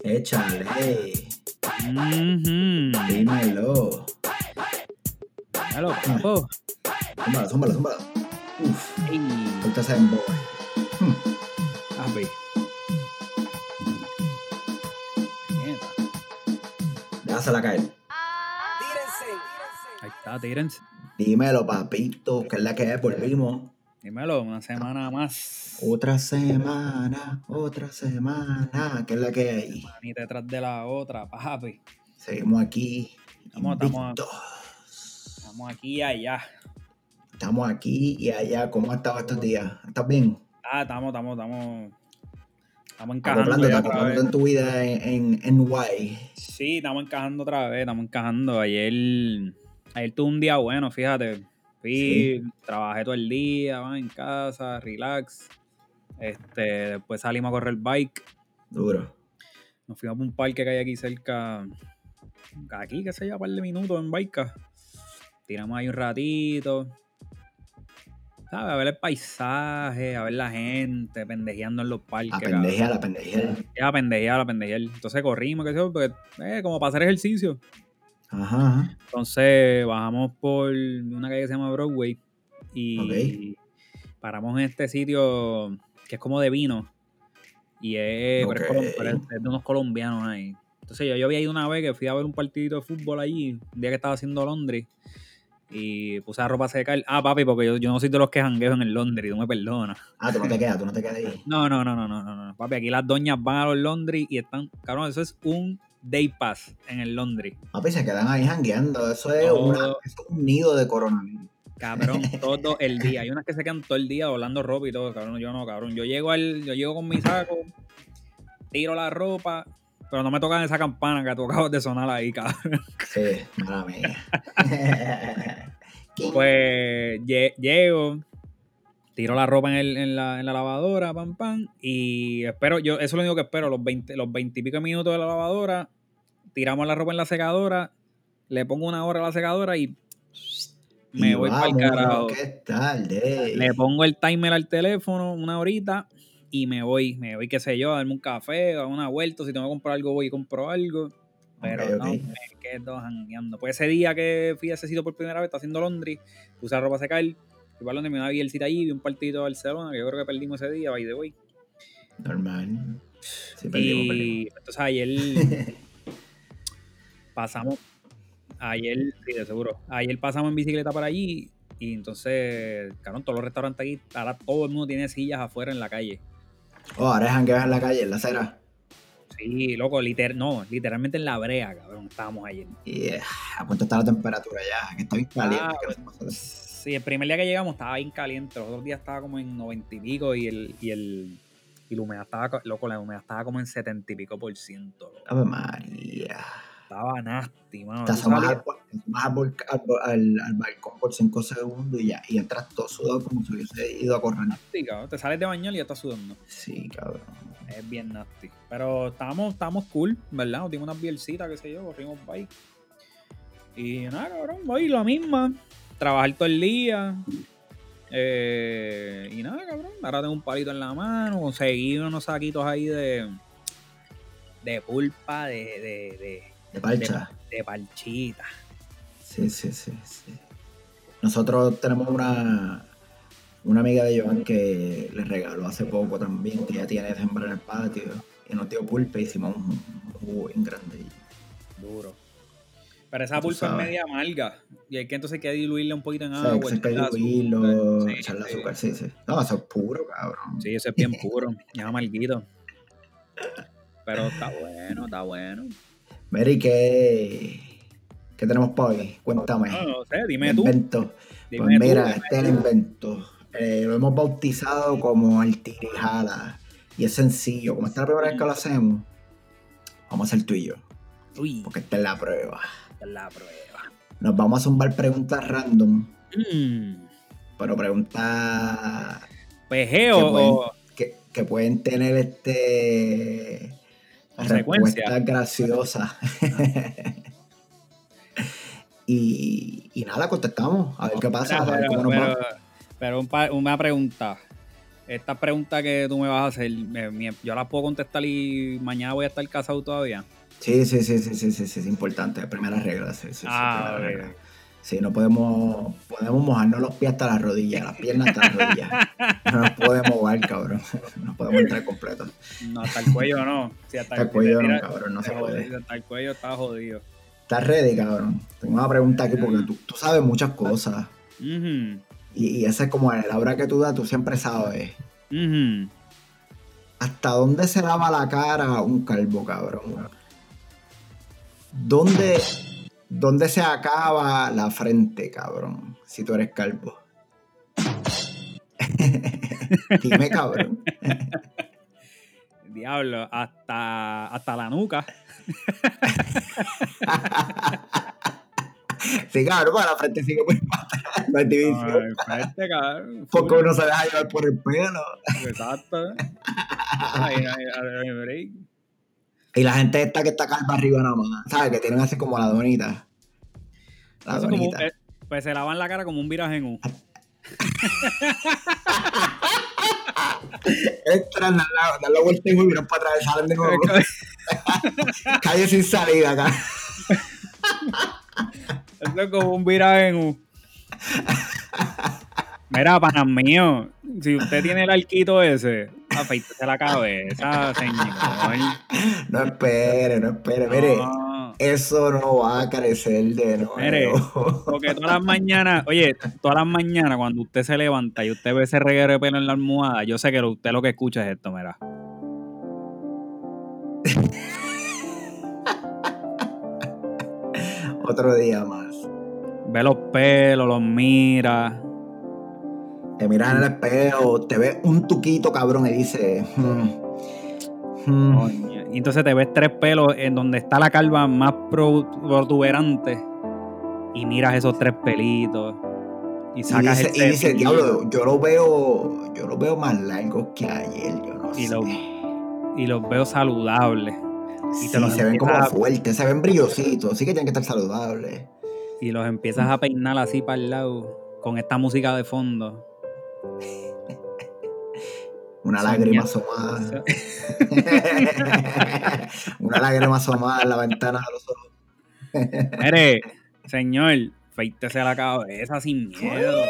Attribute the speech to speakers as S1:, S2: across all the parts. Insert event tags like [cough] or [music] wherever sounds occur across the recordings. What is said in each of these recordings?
S1: Échale.
S2: Mhm.
S1: Dímelo.
S2: Aló, papo.
S1: Zúmbala, zúmbala, zúmbala. Uf,
S2: Ey,
S1: ahorita se emboba.
S2: papi. Mierda.
S1: Déjasela caer.
S2: Ahí está, tírense.
S1: Dímelo, papito, que es la que es, volvimos.
S2: Dímelo, una semana más.
S1: Otra semana, otra semana, que es la que hay.
S2: Ni detrás de la otra, papi.
S1: Seguimos aquí.
S2: Estamos- estamos-
S1: invictos.
S2: Estamos aquí y allá.
S1: Estamos aquí y allá. ¿Cómo has estado estos días? ¿Estás bien?
S2: Ah, estamos, estamos, estamos. Estamos encajando
S1: Acoplándote,
S2: ya otra
S1: acoplándote
S2: vez.
S1: en tu vida en, en, en Hawaii.
S2: Sí, estamos encajando otra vez, estamos encajando. Ayer, ayer tuve un día bueno, fíjate. Fui,
S1: Sí.
S2: trabajé todo el día, va, en casa, relax. Este, después salimos a correr bike.
S1: Duro.
S2: Nos fuimos a un parque que hay aquí cerca. Aquí, qué sé yo, un par de minutos en bike. Tiramos ahí un ratito. ¿Sabes? A ver el paisaje, a ver la gente, pendejeando en los parques.
S1: La
S2: cabrón.
S1: pendeja, la pendeja.
S2: Ya, pendejear, a pendejear. Entonces corrimos, qué sé yo, porque, eh, como para hacer ejercicio.
S1: Ajá, ajá.
S2: Entonces bajamos por una calle que se llama Broadway y paramos en este sitio que es como de vino y es, pero es colom-
S1: Ok.
S2: pero es- es de unos colombianos ahí. Entonces yo, yo había ido una vez que fui a ver un partidito de fútbol allí, un día que estaba haciendo Londres y puse la ropa a secar. Ah, papi, porque yo, yo no soy de los que jangueo en el Londres, tú me perdonas.
S1: Ah, tú no te quedas, tú no te quedas ahí.
S2: No, no, no, no, no, no, no, papi, aquí las doñas van a los Londres y están, cabrón, eso es un day pass en el Londres.
S1: Papi, pues, se quedan ahí jangueando. Eso es,
S2: No.
S1: una, eso es un nido de coronavirus. [laughs]
S2: Cabrón, todo el día. Hay unas que se quedan todo el día doblando ropa y todo, cabrón. Yo no, cabrón. Yo llego al, yo llego con mi saco, tiro la ropa, pero no me tocan esa campana que tú acabas de sonar ahí, cabrón.
S1: Sí, mala mía. ¿Quién?
S2: [laughs] Pues lle- llego, tiro la ropa en, el- en la, en la lavadora, pam, pam, y espero, yo, eso es lo único que espero, los 20, los 20 y pico minutos de la lavadora, tiramos la ropa en la secadora, le pongo una hora a la secadora y me
S1: Y
S2: voy para el
S1: vámonos,
S2: carajo.
S1: ¿Qué tal? eh.
S2: Le pongo el timer al teléfono una horita y me voy, me voy, qué sé yo, a darme un café, a dar una vuelta. Si tengo que comprar algo, voy y compro algo. Pero
S1: Ok, ok.
S2: no, me quedo jangueando. Pues ese día que fui a ese sitio por primera vez, está haciendo Londres, puse la ropa a secar, fui para Londres, me dio una bielcita allí, vi un partido de Barcelona, que yo creo que perdimos ese día, by the way.
S1: Normal. Sí, perdimos,
S2: y
S1: perdimos. [laughs]
S2: entonces ayer pasamos, ayer, sí, de seguro, ayer pasamos en bicicleta para allí y entonces, cabrón, todos los restaurantes aquí, ahora todo el mundo tiene sillas afuera en la calle.
S1: Oh, ahora es janguear en la calle, en la acera.
S2: Sí, loco, liter no, literalmente en la brea, cabrón, estábamos ayer.
S1: Y eh, a punto está la temperatura ya, que está bien caliente.
S2: Ah,
S1: que no se pasa de-
S2: Sí, el primer día que llegamos estaba bien caliente, los otros días estaba como en 90 y pico y el, y el, y la humedad estaba, co- loco, la humedad estaba como en 70 y pico por ciento, loco.
S1: Ave María.
S2: estaba nasty, mano.
S1: Te
S2: Tú
S1: asomas
S2: salías-
S1: al, te asomas al, volca- al, al- al balcón por 5 segundos y ya. Y entras todo sudado como si hubiese ido a correr.
S2: Sí, cabrón, Te sales de bañar y ya estás sudando.
S1: Sí, cabrón.
S2: Es bien nasty. Pero estábamos, estábamos cool, ¿verdad? Nos dimos unas bielcitas, qué sé yo, corrimos bike. Y nada, cabrón, voy la misma. Trabajar todo el día. Eh, y nada, cabrón. Ahora tengo un palito en la mano. Conseguí unos saquitos ahí de. de pulpa, de. de. de,
S1: De parcha.
S2: de parchita.
S1: Sí, sí, sí, sí. Nosotros tenemos una, una amiga de Joan que le regaló hace poco también, que ya tiene sembrar en el patio. Y nos dio pulpa y hicimos un, un jugo bien grande. Y-
S2: Duro. Pero esa
S1: Tú
S2: pulpa es
S1: sabes.
S2: media amarga. Y hay que entonces hay que diluirla un poquito en
S1: o sea,
S2: agua.
S1: que se
S2: echarle
S1: cayó
S2: azúcar.
S1: hilo,
S2: Sí,
S1: echarle
S2: sí.
S1: azúcar, sí, sí. No, eso es puro, cabrón.
S2: Sí, ese es bien puro, es amarguito. Pero está bueno, está bueno.
S1: Mary, ¿qué, qué tenemos para hoy? Cuéntame.
S2: No, no sé, dime Ah, tú.
S1: Invento. Pues
S2: Dime tú.
S1: mira, este es el invento. Eh, lo hemos bautizado como el tirijala. Y es sencillo. Como esta es la primera vez que lo hacemos, vamos a hacer tú y yo.
S2: Uy,
S1: Porque esta es la prueba.
S2: esta es la prueba.
S1: Nos vamos a zumbar preguntas random.
S2: Mm,
S1: Pero preguntas
S2: pejeo
S1: Qué bueno.
S2: o
S1: que, que pueden tener este.
S2: Consecuencias.
S1: Respuestas graciosas. [laughs] y, y nada, contestamos. A ver qué pasa.
S2: Espera,
S1: a ver
S2: pero,
S1: cómo nos va.
S2: pero- pero un pa- una pregunta. Esta pregunta que tú me vas a hacer, me- me- yo la puedo contestar y mañana voy a estar casado todavía.
S1: Sí, sí, sí, sí, sí, sí, sí, es importante. Primera regla, sí, sí, sí,
S2: Ah,
S1: primera
S2: ok.
S1: regla. Sí, no podemos, podemos mojarnos los pies hasta las rodillas, las piernas hasta las rodillas. No nos podemos mover, cabrón. No podemos entrar completo.
S2: No, hasta el cuello no. Sí, hasta,
S1: Hasta el
S2: si te
S1: cuello, no,
S2: tiras-
S1: cabrón, no se
S2: te
S1: puede.
S2: jodiste, Hasta el cuello está jodido.
S1: ¿Estás ready, cabrón? Tengo una pregunta aquí porque tú, tú sabes muchas cosas.
S2: Ujú,
S1: Y, y esa es como en el aura que tú das, tú siempre sabes.
S2: ujú.
S1: ¿Hasta dónde se lava la cara un calvo, cabrón? ¿Dónde, dónde se acaba la frente, cabrón? Si tú eres calvo. [laughs] Dime, cabrón.
S2: Diablo, hasta, hasta la nuca.
S1: Sí, cabrón, para la frente sigue por atrás. No hay división.
S2: Ay, espérate,
S1: [laughs]
S2: Ah, cabrón.
S1: Porque uno se deja llevar por el pelo.
S2: Exacto. Ay, ay, ay, ay, break.
S1: Y la gente esta que está calva arriba nada más. ¿Sabes? Que tienen así como la donita. La
S2: Eso es como un-
S1: donita.
S2: eh, pues se lavan la cara como un viraje en U.
S1: Entran, dan la, dan la vuelta y volvieron para atrás, salen de nuevo. [laughs] Calle sin salida, acá.
S2: Eso es como un viraje en
S1: [laughs]
S2: U. Mira, panas mío, si usted tiene el arquito ese, afeítese la cabeza, señor.
S1: No espere, no espere. Mire,
S2: No,
S1: eso no va a carecer de nuevo.
S2: Mire. porque todas las mañanas, oye, todas las mañanas cuando usted se levanta y usted ve ese reguero de pelo en la almohada, yo sé que lo- usted lo que escucha es esto, mira.
S1: [laughs] Otro día más.
S2: Ve los pelos, los mira.
S1: Te miras en el espejo, te ves un tuquito, cabrón, y dices. "Hmm, hmm".
S2: Coño. Y entonces te ves tres pelos en donde está la calva más pro- protuberante y miras esos tres pelitos y
S1: Y
S2: sacas este
S1: dice,
S2: el
S1: y dice,
S2: cepillo
S1: diablo, yo lo veo, yo lo veo más largo que ayer, yo no
S2: Y
S1: sé.
S2: lo- y los veo saludables y te
S1: Sí,
S2: los
S1: se ven como
S2: empiezas a-
S1: fuertes, se ven brillositos, así que tienen que estar saludables.
S2: y los empiezas a peinar así para el lado con esta música de fondo.
S1: Una
S2: Soñar.
S1: lágrima asomada. [laughs] Una lágrima asomada en la ventana de los ojos.
S2: Mire, señor, feítese la cabeza sin miedo.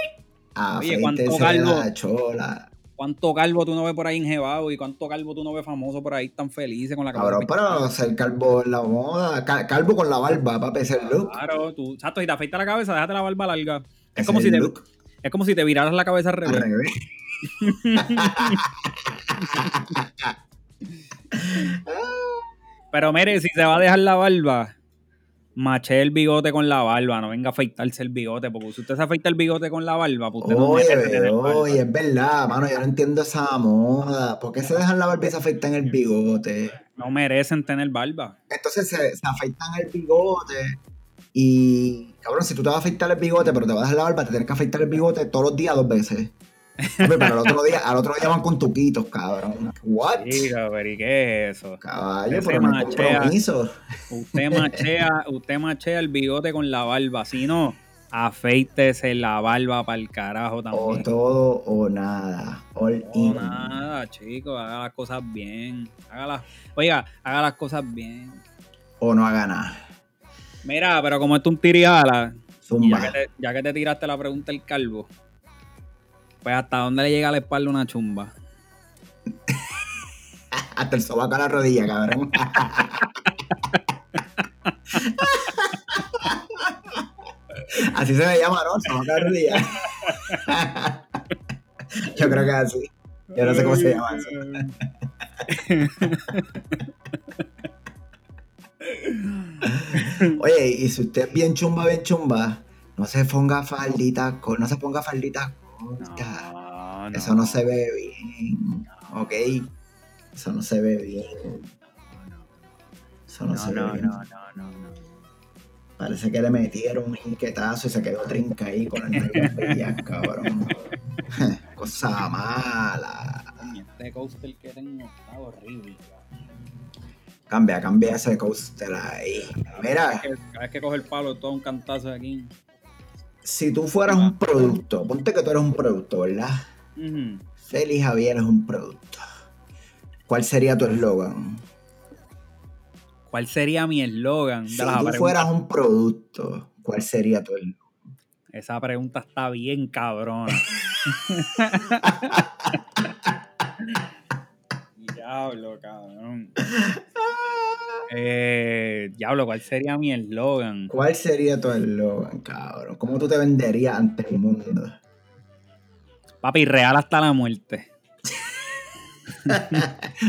S1: Ah,
S2: Oye, ¿cuánto
S1: Afeítese
S2: calvo?
S1: la chola.
S2: ¿Cuánto calvo tú no ves por ahí enjebado y cuánto calvo tú no ves famoso por ahí tan felices con la cabeza?
S1: Cabrón, pero ser calvo en la moda. Cal- calvo con la barba, papi, ese es el look.
S2: Claro, tú, exacto, si te afeitas la cabeza, déjate la barba larga.
S1: Ese
S2: como si
S1: el
S2: te-
S1: look
S2: Es como si te viraras la cabeza al
S1: al
S2: revés.
S1: revés.
S2: Pero mire, si se va a dejar la barba, maché el bigote con la barba, no venga a afeitarse el bigote, porque si usted se afeita el bigote con la barba, pues usted no
S1: Oye,
S2: merece tener
S1: bebé,
S2: barba.
S1: oye, es verdad, mano, yo no entiendo esa moda. ¿Por qué se dejan la barba y se afeitan el bigote?
S2: No merecen tener barba.
S1: Entonces se, se afeitan el bigote. Y, cabrón, si tú te vas a afeitar el bigote, pero te vas a dejar la barba, te tienes que afeitar el bigote todos los días dos veces. Hombre, pero al otro día, al otro día van con tuquitos, cabrón. What?
S2: Chica, pero ¿y qué es eso?
S1: Caballo,
S2: Ese
S1: pero no hay
S2: machea.
S1: compromiso. [laughs]
S2: Usted machea, usted machea el bigote con la barba, si no, afeítese la barba para el carajo
S1: O
S2: también.
S1: todo o nada. All
S2: No,
S1: in.
S2: nada, chicos, haga las cosas bien. Haga las- oiga, haga las cosas bien.
S1: O no haga nada.
S2: Mira, pero como esto es un tiriala,
S1: Zumba.
S2: ya que, te, ya que te tiraste la pregunta el calvo, pues hasta dónde le llega a la espalda una chumba.
S1: Hasta el sobaco a la rodilla,
S2: [laughs]
S1: cabrón. así se le llama, ¿no? El sobaco a la rodilla. Yo creo que es así. Yo no sé cómo se llama eso. Oye, y si usted es bien chumba, bien chumba, no se ponga falditas, cor- no se ponga falditas cortas.
S2: No, no,
S1: Eso no se ve bien, ¿ok? Eso no se ve bien. Eso no,
S2: No,
S1: se
S2: no,
S1: ve bien.
S2: no, no, no, no.
S1: Parece que le metieron un jinquetazo y se quedó trinca ahí con el nervio cabrón. [laughs] Cosa mala.
S2: Coño, Este coaster que tengo está horrible. cabrón.
S1: Cambia, cambia ese coaster ahí. Mira,
S2: Cada vez que- Cada vez que coge el palo, todo un cantazo de aquí.
S1: si tú fueras un producto, ponte que tú eres un producto, ¿verdad?
S2: Ujú.
S1: Feli Javier es un producto. ¿Cuál sería tu eslogan?
S2: ¿Cuál sería mi eslogan?
S1: Si tú fueras un producto, ¿cuál sería tu eslogan?
S2: Esa pregunta está bien cabrona. [laughs] Diablo, cabrón. Eh, diablo, ¿cuál sería mi eslogan?
S1: ¿Cuál sería tu eslogan, cabrón? ¿Cómo tú te venderías ante el mundo?
S2: Papi, real hasta la muerte.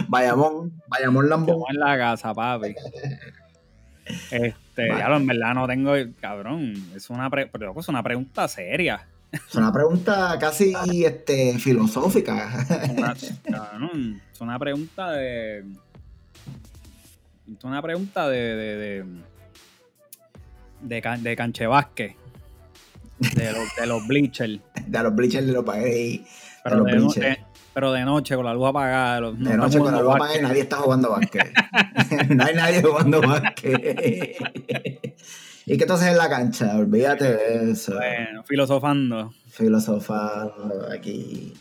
S1: Vayamón, Vayamón Lambón.
S2: Vamos en la casa, papi. Este,
S1: Vale.
S2: diablo, en verdad no tengo. Cabrón, es una, pre- pero, loco, es una pregunta seria.
S1: Es una pregunta casi este, filosófica. [laughs]
S2: Una- cabrón, es una pregunta de. Es una pregunta de. de. de, de, can- de canchevasque. De, los- de los
S1: [laughs]
S2: bleachers.
S1: De los bleachers de los pagué.
S2: Pero
S1: los
S2: de, no-
S1: bleachers.
S2: de- pero de noche, con la luz apagada. los- no
S1: De
S2: estamos
S1: noche con la
S2: jugando
S1: luz
S2: básquet.
S1: apagada y nadie está jugando básquet. [laughs] no hay nadie jugando básquet. [laughs] ¿Y qué tú haces en la cancha? Olvídate de eso.
S2: Bueno, filosofando.
S1: Filosofando aquí,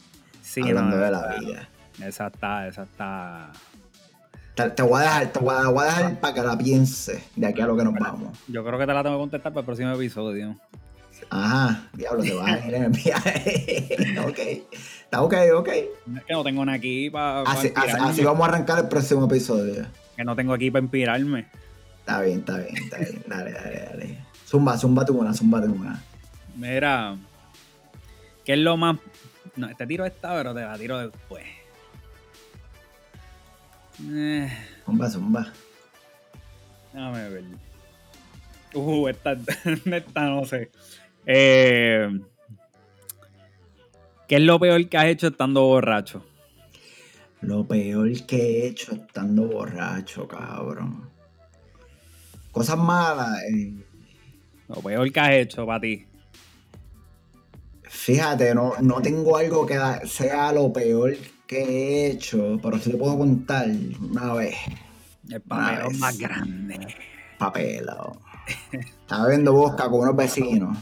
S2: Sí,
S1: hablando
S2: no,
S1: de la vida.
S2: Esa está, esa está.
S1: Te, te voy a dejar, te voy a, voy a
S2: Ah.
S1: dejar para que la pienses de aquí a lo que nos vamos.
S2: Yo creo que te la tengo que contestar para el próximo episodio.
S1: Ajá, diablo, te vas a ir en el viaje. [laughs] ok, está ok, ok.
S2: Es que no tengo nada aquí para.
S1: Así, así- así vamos a arrancar el próximo episodio.
S2: Que no tengo aquí para empirarme.
S1: Está bien, está bien, está bien. Dale, dale, dale. Zumba, zumba tú una, zumba tú una.
S2: Mira. ¿Qué es lo más.? No, te tiro esta, pero te la tiro después. Eh,
S1: Zumba, zumba.
S2: déjame ver. Uh, esta, [laughs] esta no sé. Eh, ¿Qué es lo peor que has hecho estando borracho?
S1: Lo peor que he hecho estando borracho, cabrón. Cosas malas. eh,
S2: Lo peor que has hecho para ti.
S1: Fíjate, no, no tengo algo que da- sea lo peor que he hecho, pero sí te puedo contar una vez.
S2: El
S1: papelón más
S2: papelón más grande.
S1: Papelado. Estaba bebiendo bosca con unos vecinos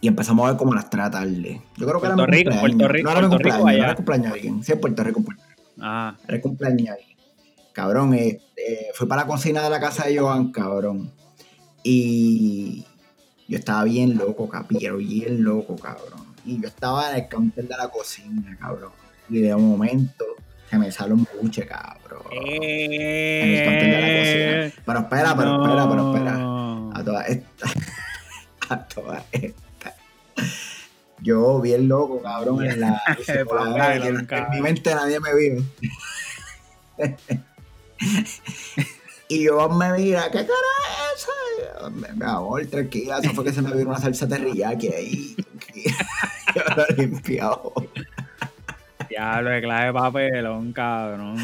S1: y empezamos a ver como a las 3 de la tarde. Yo creo que era
S2: Puerto
S1: mi
S2: Rico,
S1: cumpleaños.
S2: Puerto
S1: no
S2: Rico,
S1: era mi
S2: Puerto Rico,
S1: cumpleaños, no era
S2: allá.
S1: el cumpleaños de alguien. Sí, en Puerto Rico, en Puerto Rico.
S2: Ah,
S1: Era el cumpleaños de alguien. Cabrón, eh, eh, fui para la cocina de la casa de Joan, cabrón. Y yo estaba bien loco, capiro, bien loco, cabrón. Y yo estaba en el counter de la cocina, cabrón. Y de momento se me sale un buche, cabrón. En el counter de la cocina. Pero espera, pero espera, pero espera. A todas estas. [laughs] a todas estas. Yo, bien loco, cabrón, en
S2: [laughs]
S1: la.
S2: Qué
S1: Ahora, que en,
S2: bronca.
S1: mi mente nadie me vio. [laughs] y yo me mira, ¿qué cara es eso? Y yo, Mi mi amor, tranquila, eso fue que se me vino una salsa teriyaki ahí. [laughs] yo lo he limpiado.
S2: Diablo, de clave de papelón, cabrón.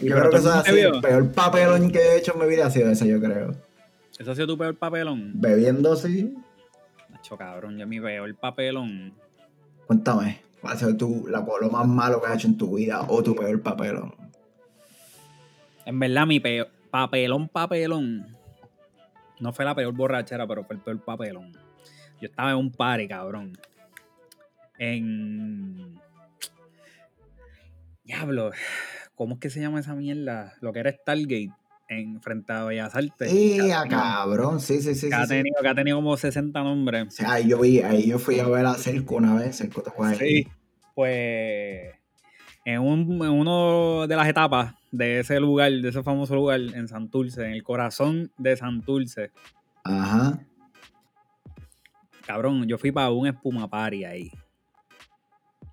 S1: Y Yo creo
S2: Pero
S1: que
S2: todo
S1: eso
S2: el
S1: es
S2: mundo te
S1: así.
S2: vio.
S1: El peor papelón que he hecho en mi vida ha sido ese, yo creo.
S2: ¿Eso ha sido tu peor papelón?
S1: Bebiendo, sí.
S2: Nacho, cabrón, yo mi peor papelón.
S1: Cuéntame, ¿cuál ha sido tu, la, lo más malo que has hecho en tu vida o tu peor papelón?
S2: En verdad, mi peor papelón, papelón. No fue la peor borrachera, pero fue el peor papelón. Yo estaba en un party, cabrón. En. Diablo, ¿cómo es que se llama esa mierda? Lo que era Stargate, en frente a Bellas Artes.
S1: Sí,
S2: Que ha tenido-
S1: cabrón, sí, sí, sí.
S2: que
S1: sí,
S2: ha
S1: sí.
S2: tenido, que ha tenido como 60 nombres.
S1: O sea, ahí yo vi, ahí yo fui a ver a Cerco una vez, Cerco te acuerdas?
S2: Sí, pues en, un, en uno de las etapas de ese lugar, de ese famoso lugar en Santurce, en el corazón de Santurce,
S1: Ajá.
S2: cabrón, yo fui para un espuma party ahí.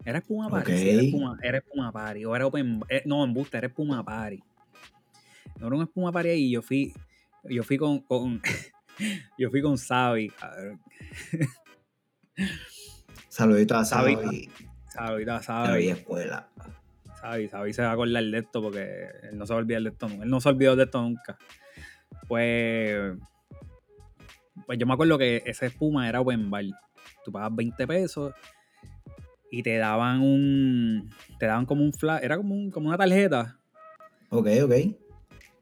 S2: Era espuma party, sí, era
S1: Ok.
S2: espuma, era espuma party, o era open, eh, no, en era espuma party. Era un espuma party ahí y yo fui, yo fui con, con [laughs] yo fui con Sabi, cabrón.
S1: Saludito a
S2: Sabi.
S1: Sabi.
S2: Sabi,
S1: Sabi
S2: Sabi.
S1: Escuela.
S2: Sabi, Sabi se va a acordar de esto porque él no se va a olvidar de esto nunca. Él no se olvidó de esto nunca. Pues. Pues yo me acuerdo que esa espuma era buen bar. Tú pagabas 20 pesos y te daban un. Te daban como un flash. Era como, un- como una tarjeta.
S1: Ok, ok.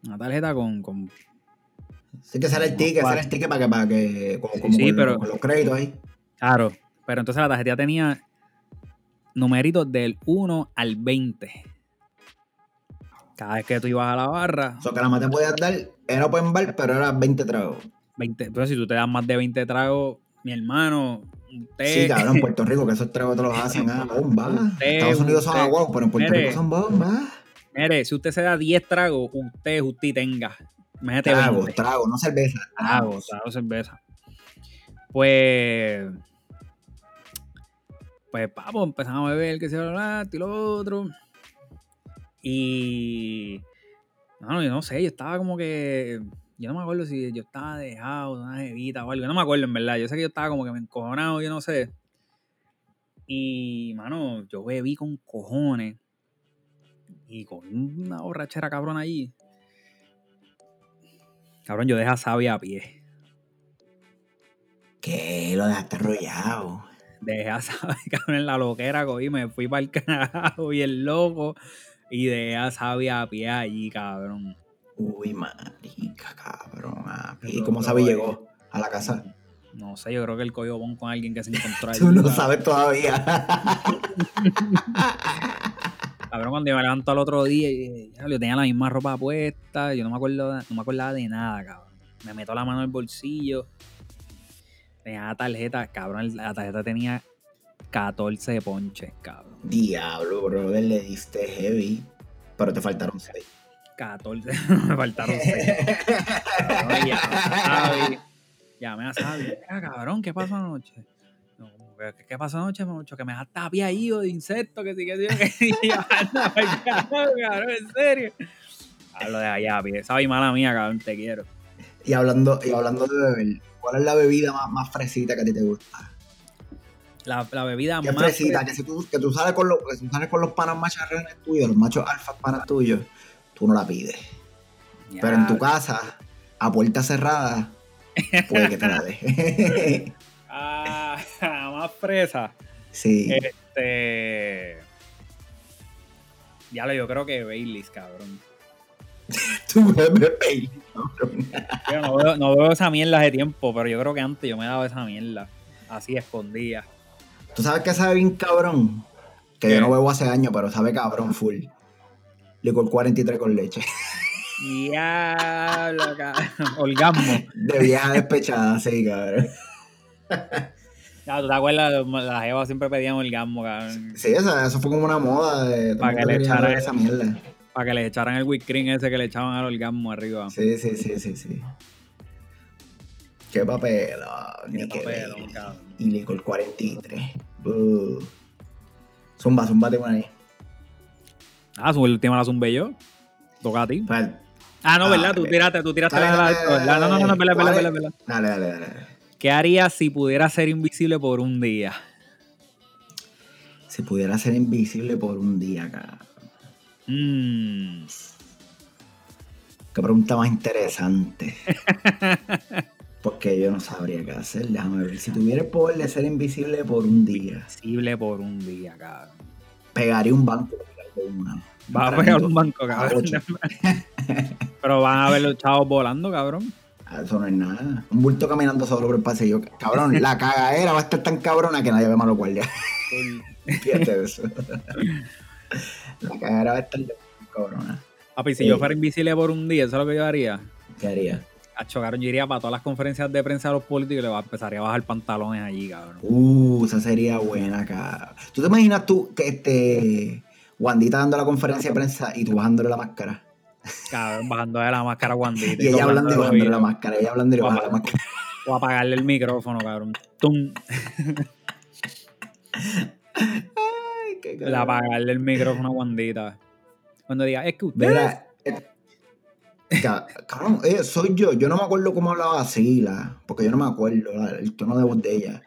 S2: Una tarjeta con. con
S1: Sí que sale el ticket, sale el ticket para que, para que como,
S2: Sí,
S1: como
S2: sí,
S1: con,
S2: pero-
S1: los, con los créditos ahí.
S2: claro. Pero entonces la tarjeta tenía numeritos del 1 al 20. Cada vez que tú ibas a la barra,
S1: O sea, que la más te podías dar era open bar, pero era 20 tragos.
S2: 20. Entonces, si tú te das más de 20 tragos, mi hermano, un té.
S1: Sí, cabrón, en
S2: [laughs]
S1: Puerto Rico, que esos tragos te los hacen a bomba.
S2: té,
S1: Estados
S2: un
S1: Unidos son
S2: té.
S1: a wow, pero en Puerto
S2: Mire.
S1: Rico son bombas.
S2: Mire, si usted se da 10 tragos, usted, usted tenga. Imagínate
S1: Tragos,
S2: 20.
S1: tragos, no cerveza.
S2: Trago, trago, cerveza. Pues. Pues, papo, empezamos a beber, que se habla, y lo otro. Y. No, yo no sé, yo estaba como que. Yo no me acuerdo si yo estaba dejado, de una jevita o algo. Yo no me acuerdo, en verdad. Yo sé que yo estaba como que me encojonado, yo no sé. Y, mano, yo bebí con cojones. Y con una borrachera cabrón allí. Cabrón, yo dejé a Sabi a pie.
S1: Que lo dejaste arrollado.
S2: dejé a [laughs] Sabi, cabrón, en la loquera, cogí, me fui para el [laughs] carajo y el loco. Y dejé a Sabi a pie allí, cabrón.
S1: Uy, marica, cabrón. ah. ¿Y
S2: Pero,
S1: cómo
S2: pero,
S1: sabe
S2: eh.
S1: llegó a la casa?
S2: No sé, yo creo que el cogió bon con alguien que se encontró
S1: [laughs]
S2: allí.
S1: Tú no
S2: cabrón.
S1: sabes todavía. [laughs]
S2: Cabrón, cuando yo me levanto al otro día, yo dije, "Diablo, yo tenía la misma ropa puesta, yo no me acuerdo, no me acordaba de nada, cabrón. Me meto la mano en el bolsillo. Tenía la tarjeta, cabrón, la tarjeta tenía 14 ponches, cabrón.
S1: Diablo, brother, le diste heavy. Pero te faltaron seis.
S2: 14, [laughs] me faltaron 6. Llamé a Sabi. Llamé a Sabi. Mira, cabrón, ¿qué pasó anoche? No, ¿qué, ¿Qué pasó anoche, mucho? Que me dejaste a pie ahí, o de insecto, que sí, que sí, que sí. [laughs] Y yo, anda, pa'l carajo, cabrón, en serio. Hablo de allá, pie. Sabi, mala mía, cabrón, te quiero.
S1: [laughs] Y hablando, y hablando de beber, ¿cuál es la bebida más, más fresita que a ti te gusta?
S2: La, la bebida
S1: ¿Qué
S2: más.
S1: fresita? Que si tú, que tú sales con los, que tú sales con los panas macharranes tuyos, los machos alfas panas tuyos, tú no la pides.
S2: Ya,
S1: Pero en tu casa, a puerta cerrada, puede que te la dé. [laughs]
S2: Ah, [laughs] más presa.
S1: sí.
S2: Eh. Este. Ya lo, yo creo que Baileys, cabrón.
S1: Tú bebes Bailey, cabrón.
S2: Yo no veo, no veo esa mierda hace tiempo, pero yo creo que antes yo me daba esa mierda. Así escondida.
S1: ¿Tú sabes que sabe bien cabrón? Que
S2: ¿Qué?
S1: yo no bebo hace años, pero sabe cabrón full. Licor 43 con leche.
S2: Diablo, cabrón. Orgasmo.
S1: De vieja despechada, sí, cabrón.
S2: Ya, ¿Tú te acuerdas? Las jevas siempre pedían orgasmo, cabrón.
S1: Sí, eso, eso fue como una moda de todo
S2: Pa'
S1: el
S2: que
S1: mundo
S2: le
S1: quería
S2: echara
S1: esa mierda.
S2: Para que les echaran el whipped cream ese que le echaban al orgasmo arriba.
S1: Sí, sí, sí, sí, sí. Qué papel, ah, ni
S2: Qué
S1: qué
S2: papelón,
S1: baby.
S2: cabrón.
S1: Y licor 43. Uh. Zumba, zumba, te ahí.
S2: Ah, su última la zumbé yo. Toca a ti.
S1: Vale.
S2: Ah, no,
S1: Ah,
S2: ¿verdad? Tú
S1: ok.
S2: tiraste, tú tiraste
S1: Dale,
S2: la
S1: dale,
S2: la- ¿verdad? No, no, no, no,
S1: dale,
S2: verdad, verdad,
S1: dale.
S2: verdad, verdad.
S1: Dale, dale, dale. dale.
S2: ¿Qué harías si pudiera ser invisible por un día?
S1: Si pudiera ser invisible por un día, cabrón.
S2: Mmm.
S1: Qué pregunta más interesante.
S2: [laughs]
S1: Porque yo no sabría qué hacer. Déjame ver. Si tuviera el poder de ser invisible por un día,
S2: Invisible por un día, cabrón.
S1: pegaría un banco. pegaría Una,
S2: Va a pegar un banco, cabrón.
S1: ocho.
S2: [laughs] Pero van a ver los chavos volando, cabrón.
S1: Ah, Eso no es nada. Un bulto caminando solo por el pasillo. Cabrón, la cagadera va a estar tan cabrona que nadie ve malo guardia. Fíjate eso. la cagadera va a estar tan cabrona.
S2: Papi, si
S1: Sí.
S2: yo fuera invisible por un día, eso es lo que yo haría.
S1: ¿Qué haría?
S2: A chocaron, yo iría para todas las conferencias de prensa de los políticos y le va- empezaría a bajar pantalones allí, cabrón.
S1: Uh, esa sería buena, cabrón. ¿Tú te imaginas tú que este. Wandita dando la conferencia de prensa y tú bajándole la máscara?
S2: Cabrón, bajando de la máscara guandita.
S1: Y ella hablando y
S2: tocando
S1: bajándole la
S2: oído.
S1: máscara. Ella hablando y
S2: Papá.
S1: bajando la máscara. [laughs]
S2: O apagarle el micrófono, cabrón. Tum.
S1: Ay, qué
S2: Le apagarle el micrófono a guandita. Cuando diga, es que usted.
S1: Mira, eh, ca- cabrón, eh, soy yo. Yo no me acuerdo cómo hablaba así, la- porque yo no me acuerdo la- el tono de voz de ella.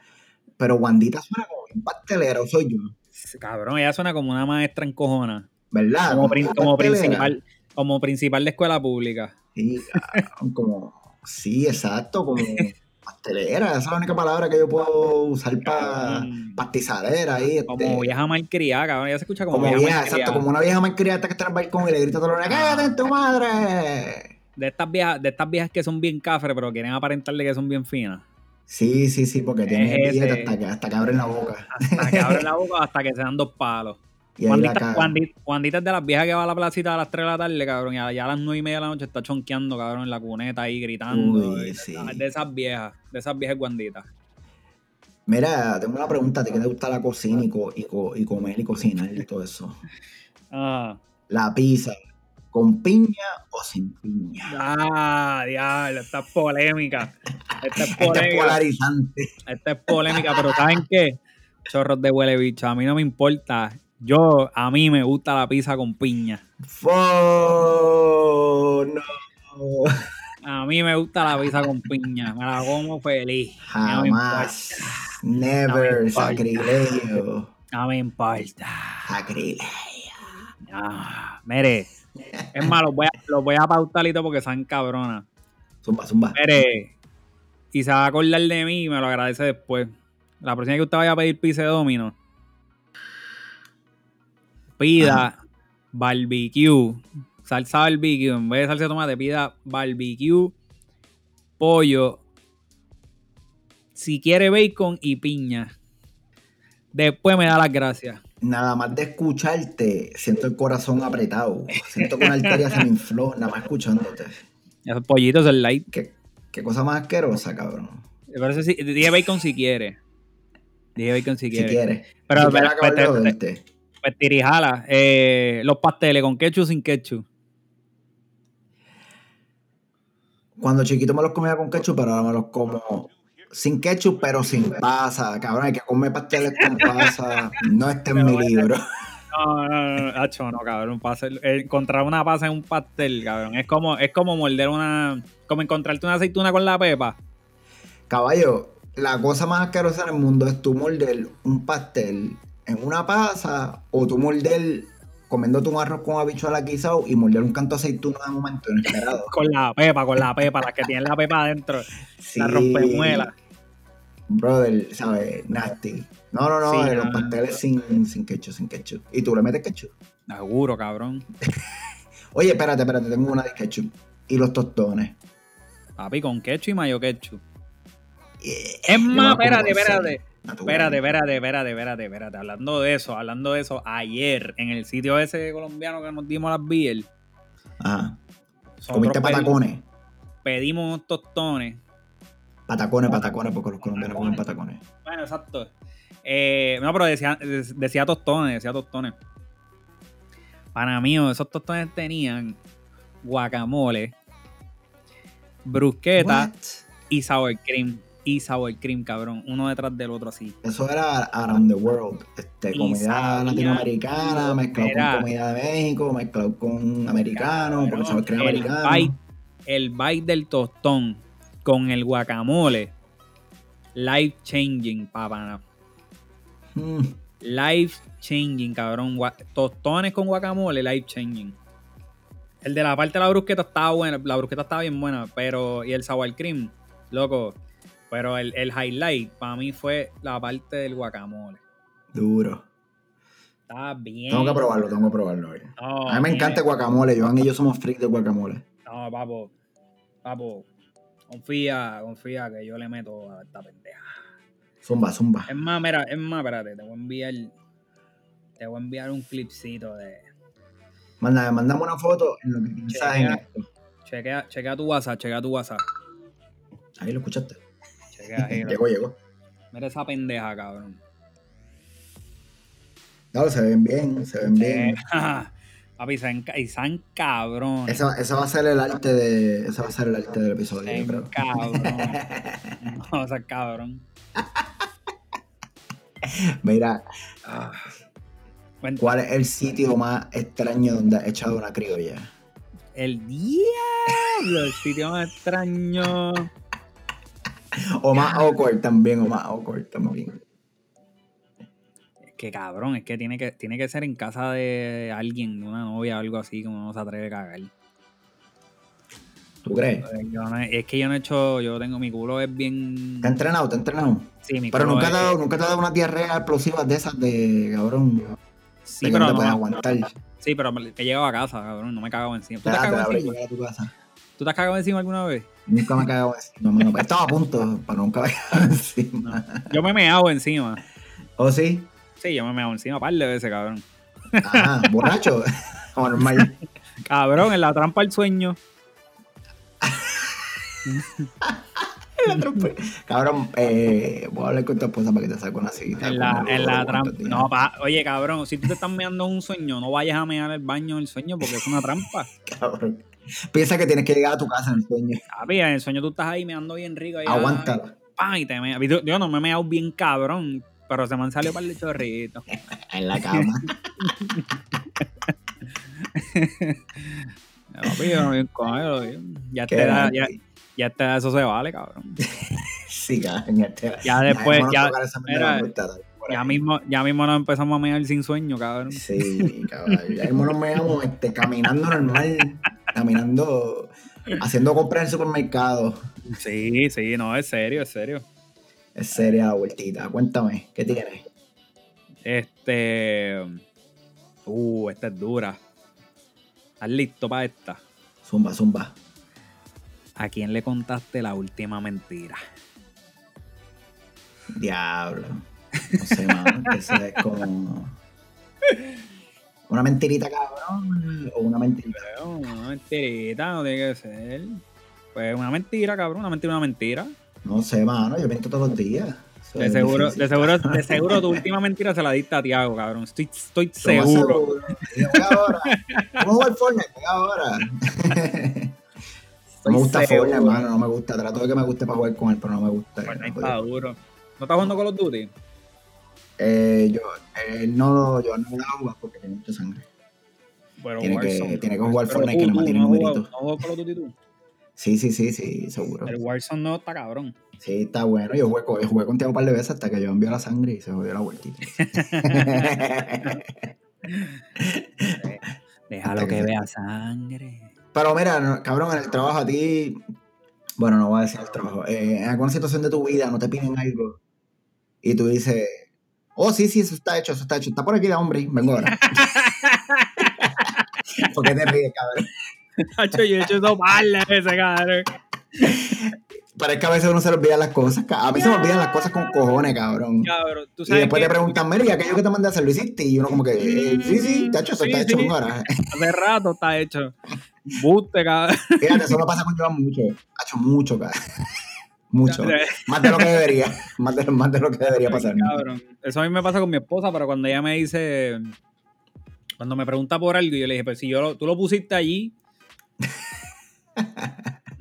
S1: Pero Wandita suena como un pastelero, soy yo.
S2: Cabrón, ella suena como una maestra en cojona.
S1: ¿Verdad?
S2: Como, prin-
S1: una
S2: como
S1: pastelera.
S2: principal, como principal de escuela pública.
S1: Sí, cabrón, como, sí, exacto, como pastelera. Esa es la única palabra que yo puedo usar para
S2: Mm.
S1: pastizadera ahí. este,
S2: Como vieja malcriada, cabrón. Ella se escucha como,
S1: como vieja,
S2: malcriada.
S1: exacto, como una vieja malcriada hasta que está en el balcón y le grita a todo el mundo, ¡Cállate en tu madre! [laughs]
S2: De estas viejas, de estas viejas que son bien cafres, pero quieren aparentarle que son bien finas.
S1: Sí, sí, sí, porque tienen
S2: ese.
S1: dieta hasta que, hasta que abren la boca.
S2: Hasta que abren la boca, hasta que se dan dos palos.
S1: Y ahí la
S2: Juandita,
S1: cagan.
S2: Juandita- Juandita es de las viejas que va a la placita a las 3 de la tarde, cabrón, y a- ya a las 9 y media de la noche está chonqueando, cabrón, en la cuneta ahí gritando.
S1: Uy,
S2: y-
S1: sí.
S2: De esas viejas, de esas viejas guanditas.
S1: Mira, tengo una pregunta, ¿a ti qué te gusta la cocina y, co- y co- y comer y cocinar y todo eso?
S2: Ah,
S1: La pizza, ¿con piña o sin piña?
S2: ah diablo, esta es polémica. Esta es
S1: Esto es
S2: polémica.
S1: polarizante.
S2: Esta es polémica, pero ¿saben qué? Chorros de huele bicho, a mí no me importa. Yo, a mí me gusta la pizza con piña.
S1: Fo- no.
S2: A mí me gusta la pizza con piña. Me la como feliz. No me importa.
S1: Jamás. Never.
S2: importa.
S1: sacrilegio.
S2: No me importa.
S1: Sacrilegio.
S2: Ah, mire, es más, los voy a, los voy a pautar y todo porque son cabronas.
S1: Zumba, zumba.
S2: Mire, y se va a acordar de mí y me lo agradece después. La próxima que usted vaya a pedir pizza de domino, pida barbecue, salsa barbecue, en vez de salsa de tomate, pida barbecue, pollo, si quiere bacon y piña. Después me da las gracias.
S1: Nada más de escucharte, siento el corazón apretado. Siento que una arteria se me infló, nada más escuchándote.
S2: Esos pollitos, el light.
S1: Qué, qué cosa más asquerosa, cabrón.
S2: Pero eso sí, dije bacon si quiere. Dije bacon si
S1: Si
S2: quiere.
S1: quieres.
S2: Pero,
S1: Yo quiero
S2: pero,
S1: acabar de
S2: pero,
S1: joderte.
S2: Pues tirijala. Eh, los pasteles con ketchup sin ketchup.
S1: Cuando chiquito me los comía con ketchup, pero ahora me los como sin ketchup, pero sin pasa. Cabrón, hay que comer pasteles con pasa.
S2: [laughs]
S1: No está en mi libro.
S2: No, no, no, no, acho, no, cabrón. pasa- eh, encontrar una pasa en un pastel, cabrón. Es como, es como morder una. Como encontrarte una aceituna con la pepa.
S1: Caballo, la cosa más asquerosa en el mundo es tú morder un pastel en una pasa o tú morder comiendo tu arroz con habichuela guisado y morder un canto de aceituna de momento inesperado.
S2: Con la pepa, con la pepa, las que tienen la pepa adentro. [laughs] La rompemuela.
S1: Brother, ¿sabes? Nasty. No, no, no,
S2: Sí,
S1: eh,
S2: no,
S1: los
S2: no,
S1: pasteles sin, sin ketchup, sin ketchup. Y tú le metes ketchup.
S2: Seguro, cabrón.
S1: Oye, espérate, espérate, tengo una de ketchup. Y los tostones.
S2: Papi, con ketchup y mayo ketchup.
S1: Yeah.
S2: Es más,
S1: Yo me la como
S2: espérate,
S1: con
S2: espérate.
S1: sal, natural.
S2: Espérate, espérate, espérate, espérate, espérate. Hablando de eso, hablando de eso, ayer en el sitio ese colombiano que nos dimos las beer,
S1: Ajá.
S2: nosotros
S1: Ah, Comiste
S2: pedi-
S1: patacones.
S2: pedimos unos tostones.
S1: Patacones, patacones, porque los colombianos comen patacones.
S2: Bueno, exacto. Eh, no, pero decía, de- decía tostones, decía tostones. Para mí, esos tostones tenían guacamole, brusqueta
S1: What?
S2: y sour cream. Y sour cream, cabrón. Uno detrás del otro así.
S1: Eso era around the world. Este,
S2: Y
S1: comida
S2: sabía-
S1: latinoamericana, mezclado
S2: Era-
S1: con comida de México, mezclado con americano, porque sabes que es
S2: el bite,
S1: americano.
S2: el bite del tostón con el guacamole. Life changing, papá.
S1: Mm,
S2: Life changing, cabrón. Gua- Tostones con guacamole, life changing. El de la parte de la brusqueta estaba bueno, la brusqueta estaba bien buena, pero. Y el sour cream, loco. Pero el, el highlight para mí fue la parte del guacamole.
S1: duro.
S2: Está bien.
S1: Tengo que probarlo, tengo que probarlo. oye.
S2: No,
S1: A mí me
S2: bien.
S1: encanta el guacamole. Joan y yo somos freaks de guacamole.
S2: No, papo. Papo. Confía, confía que yo le meto a esta pendeja.
S1: Zumba, zumba.
S2: Es más, mira, es más, espérate, te voy a enviar. Te voy a enviar un clipcito de.
S1: Mándame, mandame una foto en lo que piensas en
S2: Chequea.
S1: esto.
S2: Chequea, chequea tu WhatsApp, chequea tu WhatsApp.
S1: Ahí lo escuchaste.
S2: Chequea, ahí,
S1: Llegó, llegó.
S2: Mira esa pendeja, cabrón.
S1: No, se ven bien, se ven bien.
S2: Eh, [laughs] Papi, san, y san cabrón.
S1: Ese, va- ese va a ser el arte de. Ese va a ser el arte del episodio, yo creo.
S2: cabrón. [laughs] No, san cabrón.
S1: Mira,
S2: Ah. Cuenta,
S1: ¿cuál es el sitio más extraño donde has echado una criolla?
S2: El diablo, el sitio más extraño.
S1: O más awkward también, o más awkward también.
S2: Es que cabrón, es que tiene que, tiene que ser en casa de alguien, de una novia o algo así, como no se atreve a cagar.
S1: ¿Tú crees?
S2: Eh, yo no- es que yo no he hecho, yo tengo, mi culo es bien.
S1: Te ha entrenado, te ha entrenado.
S2: Sí, mi
S1: Pero
S2: culo
S1: nunca te, ha
S2: es-
S1: dado, nunca te ha dado una diarrea explosiva de esas de cabrón.
S2: Sí,
S1: de que no
S2: pero
S1: te
S2: no-
S1: puedes aguantar.
S2: sí, pero me- que he llegado a casa, cabrón, no me he cagado encima. ¿Tú
S1: Te
S2: te has
S1: la, te
S2: cagado
S1: la
S2: encima?
S1: brinca a tu casa.
S2: ¿Tú te has cagado encima alguna vez?
S1: Nunca me he cagado encima, mano. Estaba a punto para nunca me cagado [laughs] encima.
S2: Yo me he meado encima.
S1: ¿O sí?
S2: Sí, yo me he meado encima un par de veces, cabrón.
S1: Ajá,
S2: [laughs]
S1: borracho. O normal.
S2: Cabrón, en la trampa del sueño.
S1: [laughs] La trampa. Cabrón, eh, voy a hablar con tu esposa para que te saque una cita.
S2: En la, en la trampa. No, pa- oye, cabrón, si tú te estás meando en un sueño, no vayas a mear el baño en el sueño porque es una trampa.
S1: Cabrón. Piensa que tienes que llegar a tu casa en el sueño.
S2: Papi, en el sueño tú estás ahí meando bien rico. Ahí,
S1: Aguántalo.
S2: Pam, y te meas. Y tú- Yo no me he meado bien cabrón, pero se me han salido para el chorrito.
S1: En la
S2: [laughs]
S1: cama.
S2: Papi, yo no bien con él, Ya te
S1: Qué
S2: da, ya,
S1: grande.
S2: ya te da, eso se vale, cabrón.
S1: Sí, cabrón. este-
S2: Ya después,
S1: dejémonos
S2: ya-
S1: tocar esa mierda
S2: mira,
S1: de vuelta, dale, por
S2: Ya
S1: ahí.
S2: mismo, ya mismo nos empezamos a mear sin sueño, cabrón.
S1: Sí, cabrón. Ya mismo nos meamos este, caminando normal, caminando, haciendo compras en el supermercado.
S2: Sí, sí, no, es serio, es serio.
S1: Es seria la vueltita. Cuéntame, ¿qué tienes?
S2: Este. Uh, esta es dura. ¿Estás listo para esta?
S1: Zumba, zumba.
S2: ¿A quién le contaste la última mentira?
S1: Diablo. No sé, mano. que Eso es como. Una mentirita, cabrón. O una mentirita.
S2: Pero una mentirita, no tiene que ser. Pues una mentira, cabrón, una mentira, una mentira.
S1: No sé, mano. Yo miento todos los días. Eso
S2: De
S1: es
S2: seguro,
S1: difícil.
S2: de seguro, de seguro tu última mentira se la diste a Tiago, cabrón. Estoy, estoy
S1: Lo más
S2: seguro.
S1: Digo, "Voy ahora. Vamos a jugar Fortnite, voy ahora. No me gusta
S2: Seguro.
S1: Fortnite, hermano, no me gusta. Trato de que me guste para jugar con él, pero no me gusta.
S2: Fortnite Pues está duro. ¿No estás jugando Call of Duty?
S1: Eh, yo, eh, no, yo no voy a jugar porque tiene mucha sangre.
S2: Bueno,
S1: Tiene que-
S2: Warzone.
S1: tiene que jugar
S2: Pero
S1: Fortnite, que
S2: tú,
S1: nada más
S2: tú,
S1: tiene
S2: no juegas-
S1: numeritos.
S2: no juegas Call of Duty tú.
S1: Sí, sí, sí, sí, seguro.
S2: El Warzone no está cabrón.
S1: Sí, está bueno. Yo jugué, con- yo jugué contigo un par de veces hasta que yo envió la sangre y se jodió la vueltita.
S2: [laughs] Déjalo que vea sangre.
S1: Pero mira, no- cabrón, en el trabajo a ti. Bueno, no voy a decir el trabajo. eh, en alguna situación de tu vida no te piden algo y tú dices, oh, sí, sí, eso está hecho, eso está hecho. Está por aquí la hombre, vengo
S2: [laughs]
S1: ahora. ¿Por qué te ríes, cabrón?
S2: Hacho, yo he hecho eso mal ese cabrón.
S1: Pero es que a veces uno se le olvidan las cosas. ca- A mí se me olvidan las cosas con cojones, cabrón.
S2: Cabrón, tú
S1: Y
S2: sabes
S1: después
S2: que
S1: te preguntan, mira, ¿y aquello que te mandé a hacer lo hiciste? Y uno como que, "Eh, sí, sí, tacho, eso
S2: Mm, Sí,
S1: está hecho,
S2: sí.
S1: vengo ahora.
S2: hace rato está hecho. Buste, cabrón.
S1: Fíjate, eso no pasa con Joan mucho. Tacho, mucho, cabrón. [laughs] Mucho. Más de lo que debería. Más de, más de lo que debería pasar. ¿no?
S2: Cabrón. Eso a mí me pasa con mi esposa, pero cuando ella me dice, cuando me pregunta por algo, yo le dije, pero si yo lo- tú lo
S1: [laughs]
S2: pusiste allí.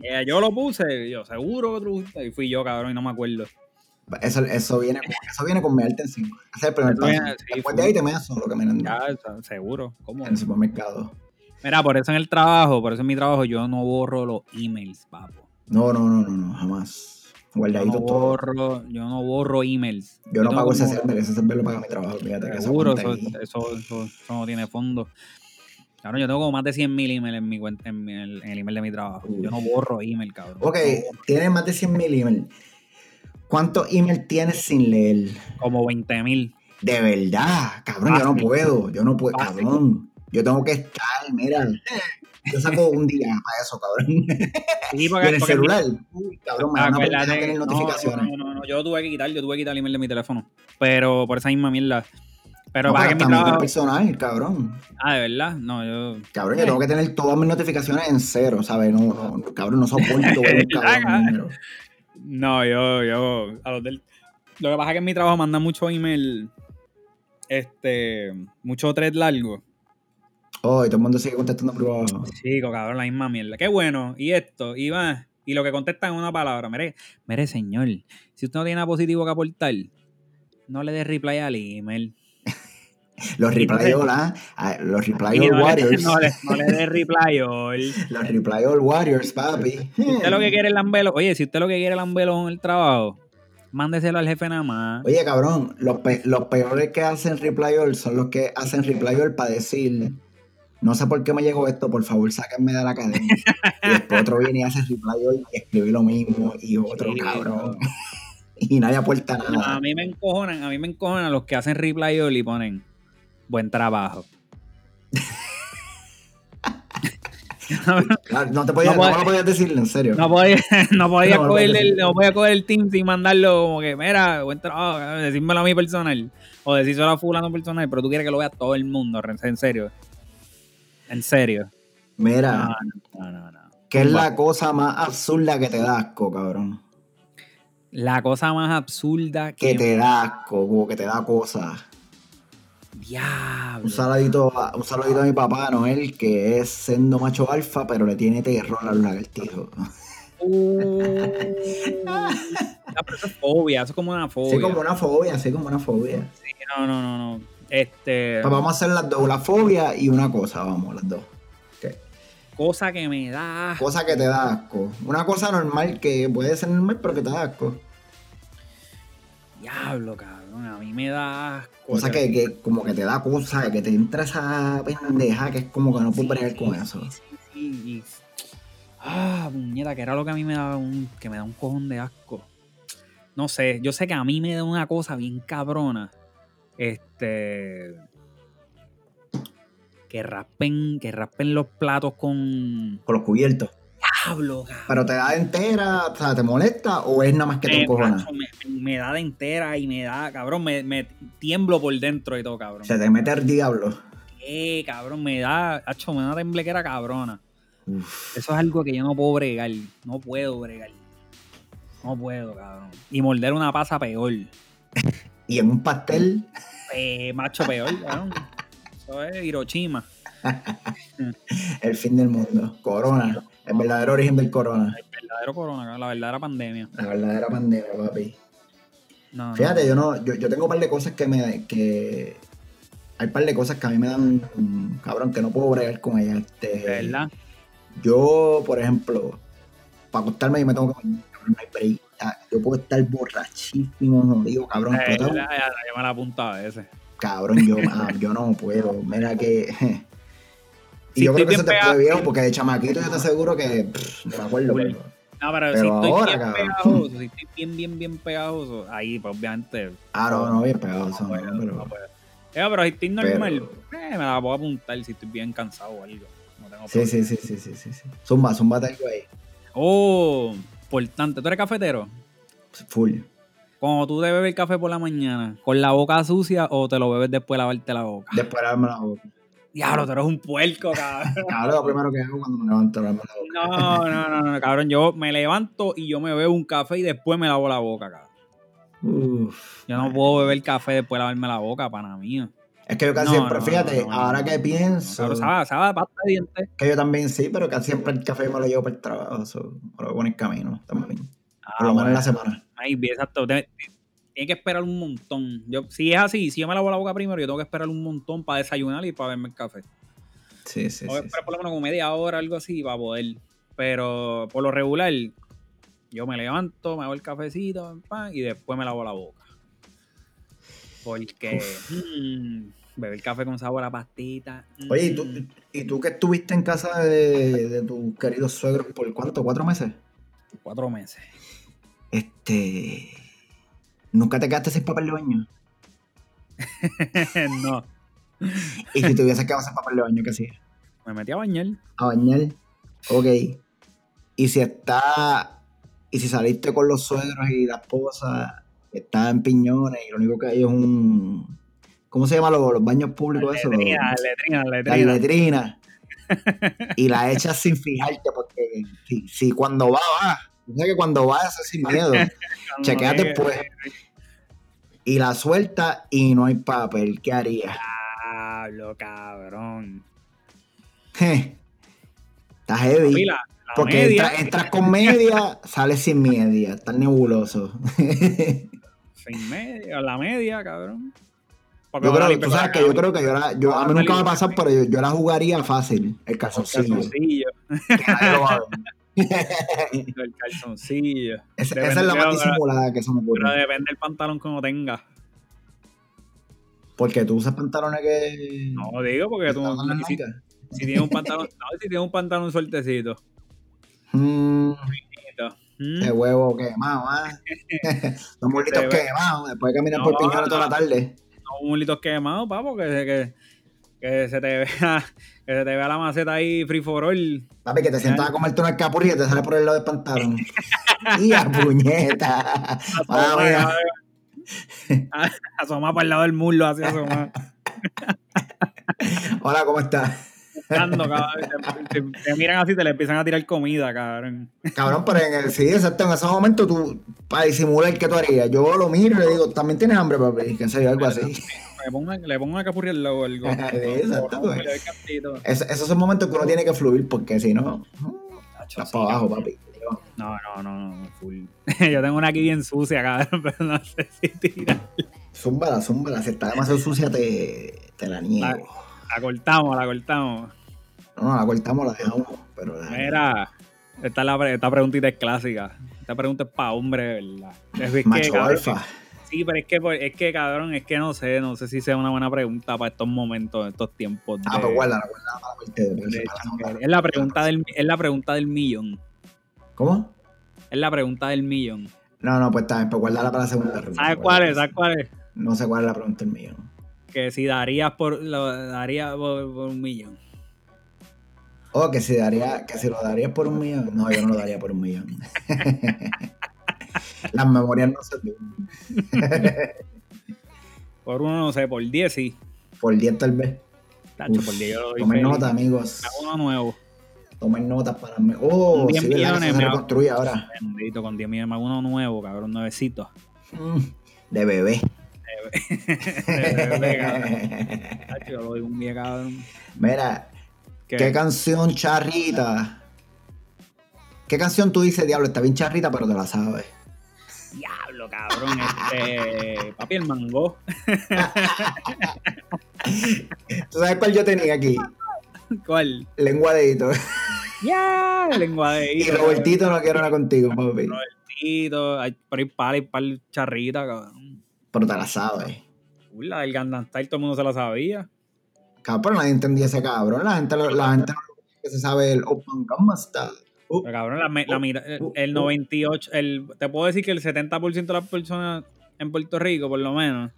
S2: Ella, yo lo puse, y yo seguro que tú lo pusiste. Y fui yo, cabrón, y no me acuerdo.
S1: Eso, eso, viene, con- eso viene con mearte encima. Ese es el primer
S2: Eso
S1: paso.
S2: viene- sí,
S1: Después
S2: full.
S1: de ahí te meas solo caminando
S2: Ya, o sea, seguro. ¿Cómo?
S1: en el supermercado.
S2: Mira, por eso en el trabajo, por eso en mi trabajo, yo no borro los emails, papo.
S1: No, no, no, no, no jamás.
S2: Yo
S1: Guardadito
S2: no
S1: todo.
S2: borro, yo no borro emails.
S1: Yo no
S2: tengo
S1: pago ese
S2: como-
S1: server, ese server lo paga mi trabajo. Fíjate que esa
S2: Seguro,
S1: cuenta
S2: eso,
S1: ahí.
S2: eso- eso- eso no tiene fondo. Cabrón, yo tengo como más de 100 mil emails en, mi cuenta, en, mi- en el email de mi trabajo. Yo no borro email, cabrón.
S1: Ok, tienes más de 100 mil emails. ¿Cuántos emails tienes sin leer?
S2: Como 20 mil.
S1: De verdad, cabrón, yo no
S2: Fácil.
S1: puedo, yo no puedo,
S2: Fácil.
S1: cabrón. Yo tengo que estar, mira. Yo saco un día para eso, cabrón.
S2: Sí,
S1: Y
S2: [laughs] porque-
S1: en el
S2: porque-
S1: celular, uy, cabrón, me van a
S2: Acuérdate,
S1: pendeja tener
S2: no,
S1: notificaciones.
S2: No, no, no, yo tuve que quitar, yo tuve que quitar el email de mi teléfono. Pero por esa misma mierda. Pero
S1: No,
S2: para que
S1: pero
S2: mi
S1: también
S2: trabajo.
S1: es personal, cabrón.
S2: Ah, de verdad. No, yo.
S1: Cabrón, yo tengo que tener todas mis notificaciones en cero, ¿sabes? No, no, no, cabrón, no
S2: [laughs]
S1: soporto ver un cabrón
S2: Ajá.
S1: número.
S2: No, yo, yo. A los del- Lo que pasa es que en mi trabajo mandan mucho email. Este. Mucho thread largo.
S1: Oh, y todo el mundo sigue contestando privado.
S2: Chico, cabrón, la misma mierda. Qué bueno. Y esto, y va. Y lo que contestan en una palabra. Mire, mire, señor, si usted no tiene nada positivo que aportar, no le dé reply al email.
S1: Los reply all, ah, ah, los reply all
S2: no, le,
S1: warriors.
S2: no, le, no le dé reply all. Si
S1: Los reply all warriors, papi.
S2: usted lo que quiere es lambelo. Oye, si usted lo que quiere es lambelo en el trabajo, mándeselo al jefe nada más.
S1: Oye, cabrón, los, pe- los peores que hacen reply all son los que hacen reply all para decir, no sé por qué me llegó esto, por favor, sáquenme de la cadena. y después otro viene y hace reply all y escribe lo mismo, y otro
S2: Sí,
S1: cabrón. [laughs] y nadie aporta
S2: no. A
S1: nada.
S2: mí me encojonan, a mí me encojonan los que hacen reply all y ponen buen trabajo.
S1: Claro, Ah, no te podías,
S2: No
S1: no,
S2: puede-
S1: lo podías decirle, en serio.
S2: No podía, [laughs] no podía
S1: No, no
S2: coger
S1: puede
S2: el,
S1: ser.
S2: no podía coger el Teams y mandarlo como que, mira, buen trabajo, eh, decírmelo a mi personal. O decírselo a fulano personal, pero tú quieres que lo vea todo el mundo, Renzo, en serio. En serio.
S1: Mira,
S2: Ah, No, no, no.
S1: ¿qué es la cosa más absurda que te da asco, cabrón?
S2: La cosa más absurda
S1: Que
S2: que...
S1: te da asco, como que te da cosas. Un
S2: [laughs] Diablo.
S1: saludito, a- un saludito a mi papá Noel, que es sendo macho alfa, pero le tiene terror a los lagartijos.
S2: Uh. Ah, pero eso es fobia, eso es como una fobia.
S1: Sí, como una fobia, sí, como una fobia.
S2: Sí, no, no, no, no. Este,
S1: Pues vamos a hacer las dos, una fobia y una cosa, vamos, las dos. Ok.
S2: cosa que me da... asco.
S1: Cosa que te da asco. Una cosa normal que puede ser normal, pero que te da asco.
S2: Diablo, cabrón, a mí me da asco.
S1: Cosa que, que como que te da cosa, que te entra esa pendeja que es como que no puedes bregar con eso.
S2: Sí, sí, y- Ah, puñeta, que era lo que a mí me daba un, que me da un cojón de asco. No sé, yo sé que a mí me da una cosa bien cabrona. Este. Que raspen, que raspen los platos con.
S1: Con los cubiertos.
S2: ¡Diablo, cabrón!
S1: Pero te da entera, o sea, te molesta o es nada más que te
S2: Me,
S1: encojona.
S2: macho, me- me da de entera y me da, cabrón, me, me tiemblo por dentro y todo, cabrón.
S1: Se te mete el diablo.
S2: ¿Qué, cabrón? Me da, acho, me da una temblequera cabrona.
S1: Uf.
S2: Eso es algo que yo no puedo bregar. No puedo bregar. No puedo, cabrón. Y morder una pasa peor.
S1: Y en un pastel,
S2: Eh, macho peor, cabrón. Eso es Hiroshima.
S1: el fin del mundo. Corona. El verdadero origen del corona.
S2: El verdadero corona, cabrón, la verdadera pandemia.
S1: La verdadera pandemia, papi.
S2: No, no.
S1: Fíjate, yo no, yo, yo tengo un par de cosas que me. que. Hay un par de cosas que a mí me dan. mm, Cabrón, que no puedo bregar con ellas. Este,
S2: De verdad.
S1: Yo, por ejemplo, para acostarme yo me tengo que bañar, cabrón, no hay break. Ah, Yo puedo estar borrachísimo, no digo, cabrón,
S2: De
S1: explotado.
S2: verdad, Eh, ya, ya me la apunta a veces.
S1: Cabrón, yo, ah, yo no puedo. Mira que. [laughs] Y
S2: Sí,
S1: yo
S2: estoy
S1: creo que
S2: bien
S1: eso te
S2: pegado.
S1: fue bien, porque de chamaquito yo te aseguro que. pff, no me acuerdo,
S2: Full.
S1: pero.
S2: No, pero, si
S1: Pero
S2: estoy
S1: ahora,
S2: bien
S1: cabrón.
S2: pegajoso, si estoy bien, bien, bien pegajoso, ahí, pues obviamente.
S1: Ah, no, no, bien pegado,
S2: No,
S1: eso no,
S2: puedo,
S1: pero.
S2: no puedo. Eh, pero si estoy normal,
S1: Pero-
S2: eh, me la puedo apuntar si estoy bien cansado o algo. No tengo
S1: Sí,
S2: problema.
S1: sí, sí, sí, sí, sí, sí. Zumba, zumba, te digo ahí.
S2: Oh, importante. ¿Tú eres cafetero?
S1: Full.
S2: Cuando tú te bebes el café por la mañana, ¿con la boca sucia o te lo bebes después de lavarte la boca?
S1: Después de lavarme la boca.
S2: Diablo, tú eres un puerco,
S1: [laughs]
S2: cabrón.
S1: Cabrón, lo primero que hago cuando me levanto es lavarme la boca.
S2: No, no, no, no, cabrón. Yo me levanto y yo me bebo un café y después me lavo la boca, cabrón.
S1: Uf.
S2: Yo no puedo beber café después de lavarme la boca, pana mía.
S1: Es que yo casi
S2: No,
S1: siempre,
S2: no,
S1: fíjate,
S2: no, no, no,
S1: ahora que
S2: no, No,
S1: pienso,
S2: cabrón, sabe, sabe, a pasta de dientes.
S1: que yo también sí, pero casi siempre el café me lo llevo para el trabajo, so, me lo llevo en el camino también. Por
S2: Ah,
S1: lo menos en
S2: bueno.
S1: la semana.
S2: Ay, bien, exacto. Te- te- Tiene que esperar un montón. Yo, si es así, si yo me lavo la boca primero, yo tengo que esperar un montón para desayunar y para beberme el café.
S1: Sí, sí,
S2: Voy a
S1: sí.
S2: esperar por lo menos como media hora, algo así, para poder. Pero por lo regular, yo me levanto, me hago el cafecito, pam, pam, y después me lavo la boca. Porque mm, [laughs] beber café con sabor a pastita.
S1: sí.
S2: mm,
S1: Oye, ¿y tú, ¿y tú que estuviste en casa de, de tus queridos suegros por cuánto? ¿Cuatro meses?
S2: Cuatro meses. [laughs]
S1: Este. ¿Nunca te quedaste sin papel de baño?
S2: no,
S1: Y si te hubieses quedado sin papel de baño, ¿qué hacías?
S2: me metí a bañar.
S1: a bañar. Ok. Y si está. Y si saliste con los suegros y la esposa, está en piñones y lo único que hay es un. ¿Cómo se llama los, los baños públicos? Eso, Los-
S2: Letrina, letrina,
S1: las
S2: letrina.
S1: letrinas.
S2: [laughs]
S1: y la echas sin fijarte, porque si, si cuando va, va. Tú sabes que cuando va, eso es sin
S2: [laughs]
S1: miedo.
S2: Cuando
S1: Chequeas
S2: llegue-
S1: después. Y la suelta y no hay papel. ¿Qué harías? [laughs]
S2: Diablo, cabrón.
S1: Está heavy.
S2: Papi, la- la
S1: Porque
S2: media-
S1: entra- entras con media, sales sin media, estás nebuloso.
S2: Sin media, la media, cabrón. Porque
S1: Yo
S2: ahora
S1: creo,
S2: limpio
S1: tú
S2: con
S1: sabes
S2: la
S1: que yo
S2: camisa,
S1: creo que yo la, yo, a mí nunca me ha pasado, pero yo, yo la jugaría fácil, el
S2: con
S1: calzoncillo.
S2: calzoncillo,
S1: que nadie lo va a ver.
S2: El calzoncillo.
S1: Esa-
S2: Depende-
S1: esa es la más
S2: pero-
S1: disimulada que se me
S2: Pero
S1: ocurre.
S2: depende del pantalón que uno tenga.
S1: Porque tú usas pantalones que.
S2: No digo
S1: que
S2: porque tú.
S1: están en las
S2: Si,
S1: nalgas.
S2: si tienes un pantalón. No, si tienes un pantalón sueltecito.
S1: Mm,
S2: ¿Mm?
S1: de huevo quemado, ah. Los mulitos
S2: ve.
S1: quemados, después de caminar
S2: No,
S1: por piñones toda la
S2: no.
S1: tarde.
S2: No, un litos quemado, pa, porque. Que, Que se te vea, que se te vea la maceta ahí free for all.
S1: Papi, que te sientas a comerte una escapurria y te sale por el lado del pantalón. [laughs] ¡Y a puñeta! Mala mía.
S2: [laughs] Asomar para el lado del muslo, así asomar.
S1: Hola, ¿cómo estás?
S2: Ando, cabrón. Te, te- te miran así, te le empiezan a tirar comida, cabrón.
S1: Cabrón, pero en el, sí, exacto, en ese momento tú, para disimular qué tú harías, yo lo miro y le digo, ¿también tienes hambre, papi? Que sé yo, algo así.
S2: Le pongan, le pongan una capurria al lado. El
S1: Exacto, güey. Es- esos son momentos que uno tiene que fluir, porque si no, estás para abajo, papi.
S2: No, no, no, no, full. [laughs] Yo tengo una aquí bien sucia, cabrón, [laughs] pero no sé si tira.
S1: Zúmbala, zúmbala, si está demasiado sucia te, te la niego.
S2: La cortamos, la cortamos.
S1: No, no, la cortamos, la dejamos, pero la-
S2: Mira, esta, es la pre- esta preguntita es clásica. Esta pregunta es para hombre, de ¿verdad? Es que,
S1: macho
S2: cabrón, este,
S1: alfa.
S2: Sí, pero es que, pues, es que, cabrón, es que no sé, no sé si sea una buena pregunta para estos momentos, estos tiempos.
S1: Ah,
S2: de-
S1: pues guárdala, guárdala para la parte de-
S2: de
S1: para la-
S2: changuería. es, la pregunta del, es la pregunta del millón.
S1: ¿Cómo?
S2: Es la pregunta del millón.
S1: No, no, pues también, pues guárdala para la segunda ronda.
S2: ¿Sabes cuál es? ¿Sabes cuál es?
S1: No sé cuál es la pregunta del mío.
S2: Que si darías por, lo darías por, por un millón.
S1: Oh, que si daría, que si lo darías por un millón. No, yo no lo daría por un millón. [laughs] Las memorias no se olvidan.
S2: Por uno, no sé, por 10 sí.
S1: Por 10 tal vez.
S2: Tacho,
S1: Uf,
S2: por 10 yo lo doy
S1: Tomen
S2: feliz.
S1: nota, amigos.
S2: A uno nuevo.
S1: Tomen notas para mí. Oh,
S2: Con 10
S1: sí, verdad que
S2: millones
S1: eso se
S2: me hago-
S1: reconstruye ahora.
S2: Bendito, con 10 millones más uno nuevo, cabrón, nuevecito. [laughs]
S1: Mm, De bebé.
S2: Tacho, yo lo doy un día, cabrón.
S1: [laughs] Mira,
S2: Que-
S1: ¿qué canción charrita? ¿Qué canción tú dices, diablo? Está bien charrita, pero te la sabes.
S2: Diablo, cabrón. Este. Papi, el mango. [laughs]
S1: ¿Tú sabes cuál yo tenía aquí?
S2: ¿Cuál?
S1: Lengua de hito.
S2: Ya, lengua de
S1: Y
S2: hilo,
S1: Robertito no quiero nada contigo, papi.
S2: cabrón. Robertito. Hay por ahí par y par charrita, cabrón.
S1: Pero te la sabes.
S2: Uy, la del Gangnam Style todo el mundo se la sabía.
S1: Cabrón, pero nadie entendía ese cabrón. La gente, la gente no- que se sabe el "Oh, Open Gamma
S2: [laughs]
S1: Style. Uh,
S2: Pero, cabrón, la, me- la mira- el, el 98, el, te puedo decir que el 70% de las personas en Puerto Rico, por lo menos,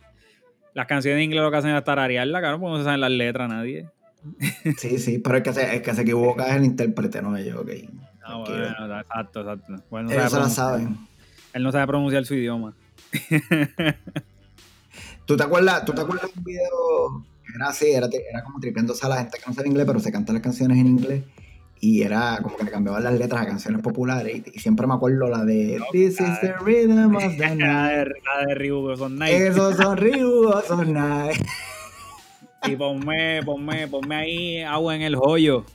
S2: las canciones en inglés lo que hacen es tararearla, cabrón, porque no se saben las letras nadie.
S1: Sí, sí, pero el que se, el que se equivoca es el intérprete, no yo, ok.
S2: Ah,
S1: Tranquilo.
S2: bueno, exacto, exacto. Bueno, no sabe
S1: Ellos se la
S2: pronunciar-
S1: saben.
S2: Él no sabe pronunciar su idioma.
S1: ¿Tú te acuerdas, tú te acuerdas de un video que era así, era, era como tripeándose a la gente que no sabe inglés, pero se cantan las canciones en inglés? Y era como que le cambiaban las letras a canciones populares. Y, y siempre me acuerdo la de This is the rhythm of the
S2: [laughs] La
S1: night.
S2: de, la de Ryugo son
S1: Eh.
S2: nice.
S1: Esos son rhythms of night.
S2: Y ponme, ponme, ponme ahí agua en el joyo.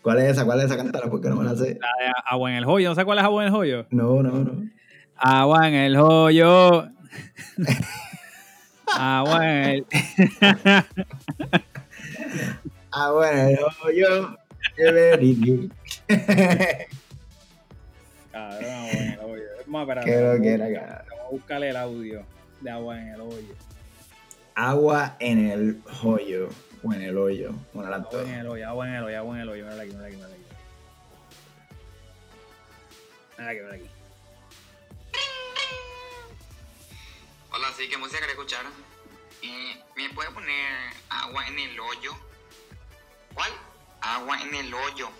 S1: ¿Cuál es esa? ¿Cuál es esa? Cántala porque no me la sé.
S2: La de agua en el joyo. No sé cuál es agua en el joyo.
S1: No, no, no.
S2: Agua en el joyo. Agua en el.
S1: Ah, bueno, yo, yo, very good.
S2: Cabrón, agua en el hoyo. Es más, espérate,
S1: Qué
S2: vamos a
S1: loquera,
S2: buscar-
S1: cabrón.
S2: vamos a buscarle el audio de agua en el hoyo.
S1: Agua en el hoyo. O en el hoyo. Bueno, la
S2: Agua en el hoyo, agua en el hoyo, agua en el hoyo. Mírala aquí, mírala aquí, mírala aquí. Mírala aquí, mírala aquí.
S3: Hola, sí, qué música quería escuchar. Eh, ¿Me puede poner agua en el hoyo? ¿Cuál? Agua en el hoyo.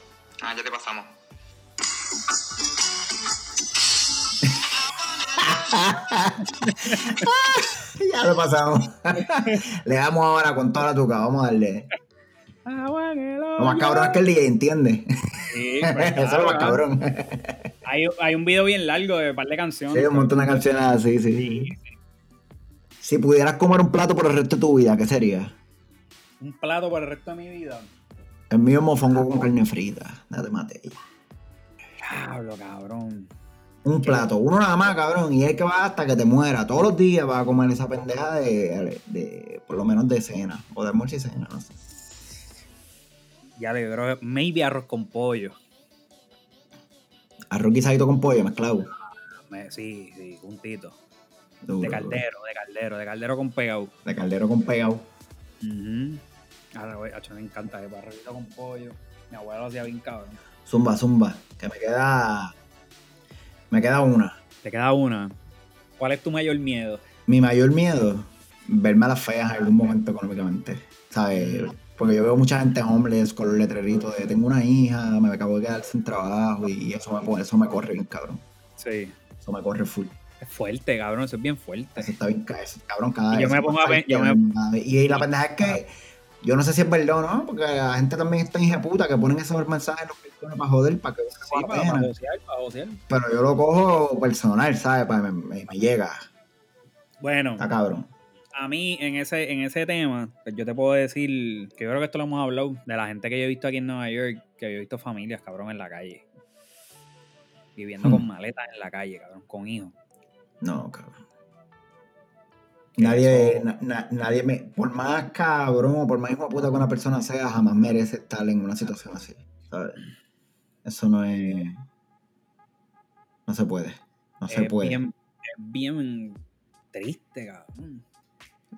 S3: Ah, ya te pasamos.
S1: [laughs] Ya lo pasamos. [laughs] Le damos ahora con toda la tuca. Vamos a darle.
S2: Agua en el hoyo.
S1: Lo más cabrón es que el DJ entiende.
S2: Sí, pues,
S1: [laughs] Eso es lo más
S2: claro,
S1: cabrón.
S2: Hay, hay un video bien largo de un par de canciones.
S1: Sí, un montón de canciones así, sí, sí. Si pudieras comer un plato por el resto de tu vida, ¿qué sería?
S2: Un plato para el resto de mi vida.
S1: El mío es mofongo con carne frita. No te mates.
S2: Diablo, cabrón.
S1: Un plato, uno nada más, cabrón, y es que va hasta que te muera. Todos los días vas a comer esa pendeja de, de- por lo menos de cena, o de almuerzo y cena, no sé.
S2: Ya le creo que maybe arroz con pollo.
S1: Arroz guisadito con pollo mezclado.
S2: Me- Sí, sí, juntito.
S1: Duro,
S2: De
S1: duro.
S2: caldero, de caldero, de caldero con pegado.
S1: De caldero con pegado.
S2: Ahora, güey, acho, me encanta de barrilito con pollo. Mi abuelo lo hacía bien cabrón.
S1: Zumba, zumba. Que me queda. Me queda una.
S2: Te queda una. ¿Cuál es tu mayor miedo?
S1: Mi mayor miedo. verme a las feas en algún momento económicamente. ¿Sabes? Porque yo veo mucha gente homeless con los letreritos de tengo una hija, me acabo de quedar sin trabajo y eso me, pone- eso me corre bien, cabrón.
S2: Sí.
S1: Eso me corre full.
S2: Es fuerte, cabrón, eso es bien fuerte.
S1: Eso está bien, ca- eso, cabrón, cada
S2: Y
S1: vez.
S2: yo me
S1: eso
S2: pongo
S1: está
S2: a ver- yo
S1: bien, madre. Y, y la pendeja es que yo no sé si es verdad o no, porque la gente también está hija de puta que ponen esos mensajes en los cartones para joder, para que no
S2: Sí,
S1: la
S2: para,
S1: pena.
S2: para josear, para josear.
S1: Pero yo lo cojo personal, ¿sabes? Pa- me, me- me llega,
S2: Bueno,
S1: está cabrón.
S2: a mí en ese, en ese tema, pues, yo te puedo decir, que yo creo que esto lo hemos hablado, de la gente que yo he visto aquí en Nueva York, que yo he visto familias, cabrón, en la calle. Viviendo
S1: Hmm.
S2: con maletas en la calle, cabrón, con hijos.
S1: No, cabrón. Nadie,
S2: eso-
S1: na- na- nadie me, por más cabrón o por más hijo de puta que una persona sea, jamás merece estar en una situación así. ¿sabes? Eso no es. No se puede. No se
S2: es,
S1: puede.
S2: Bien, es bien triste, cabrón.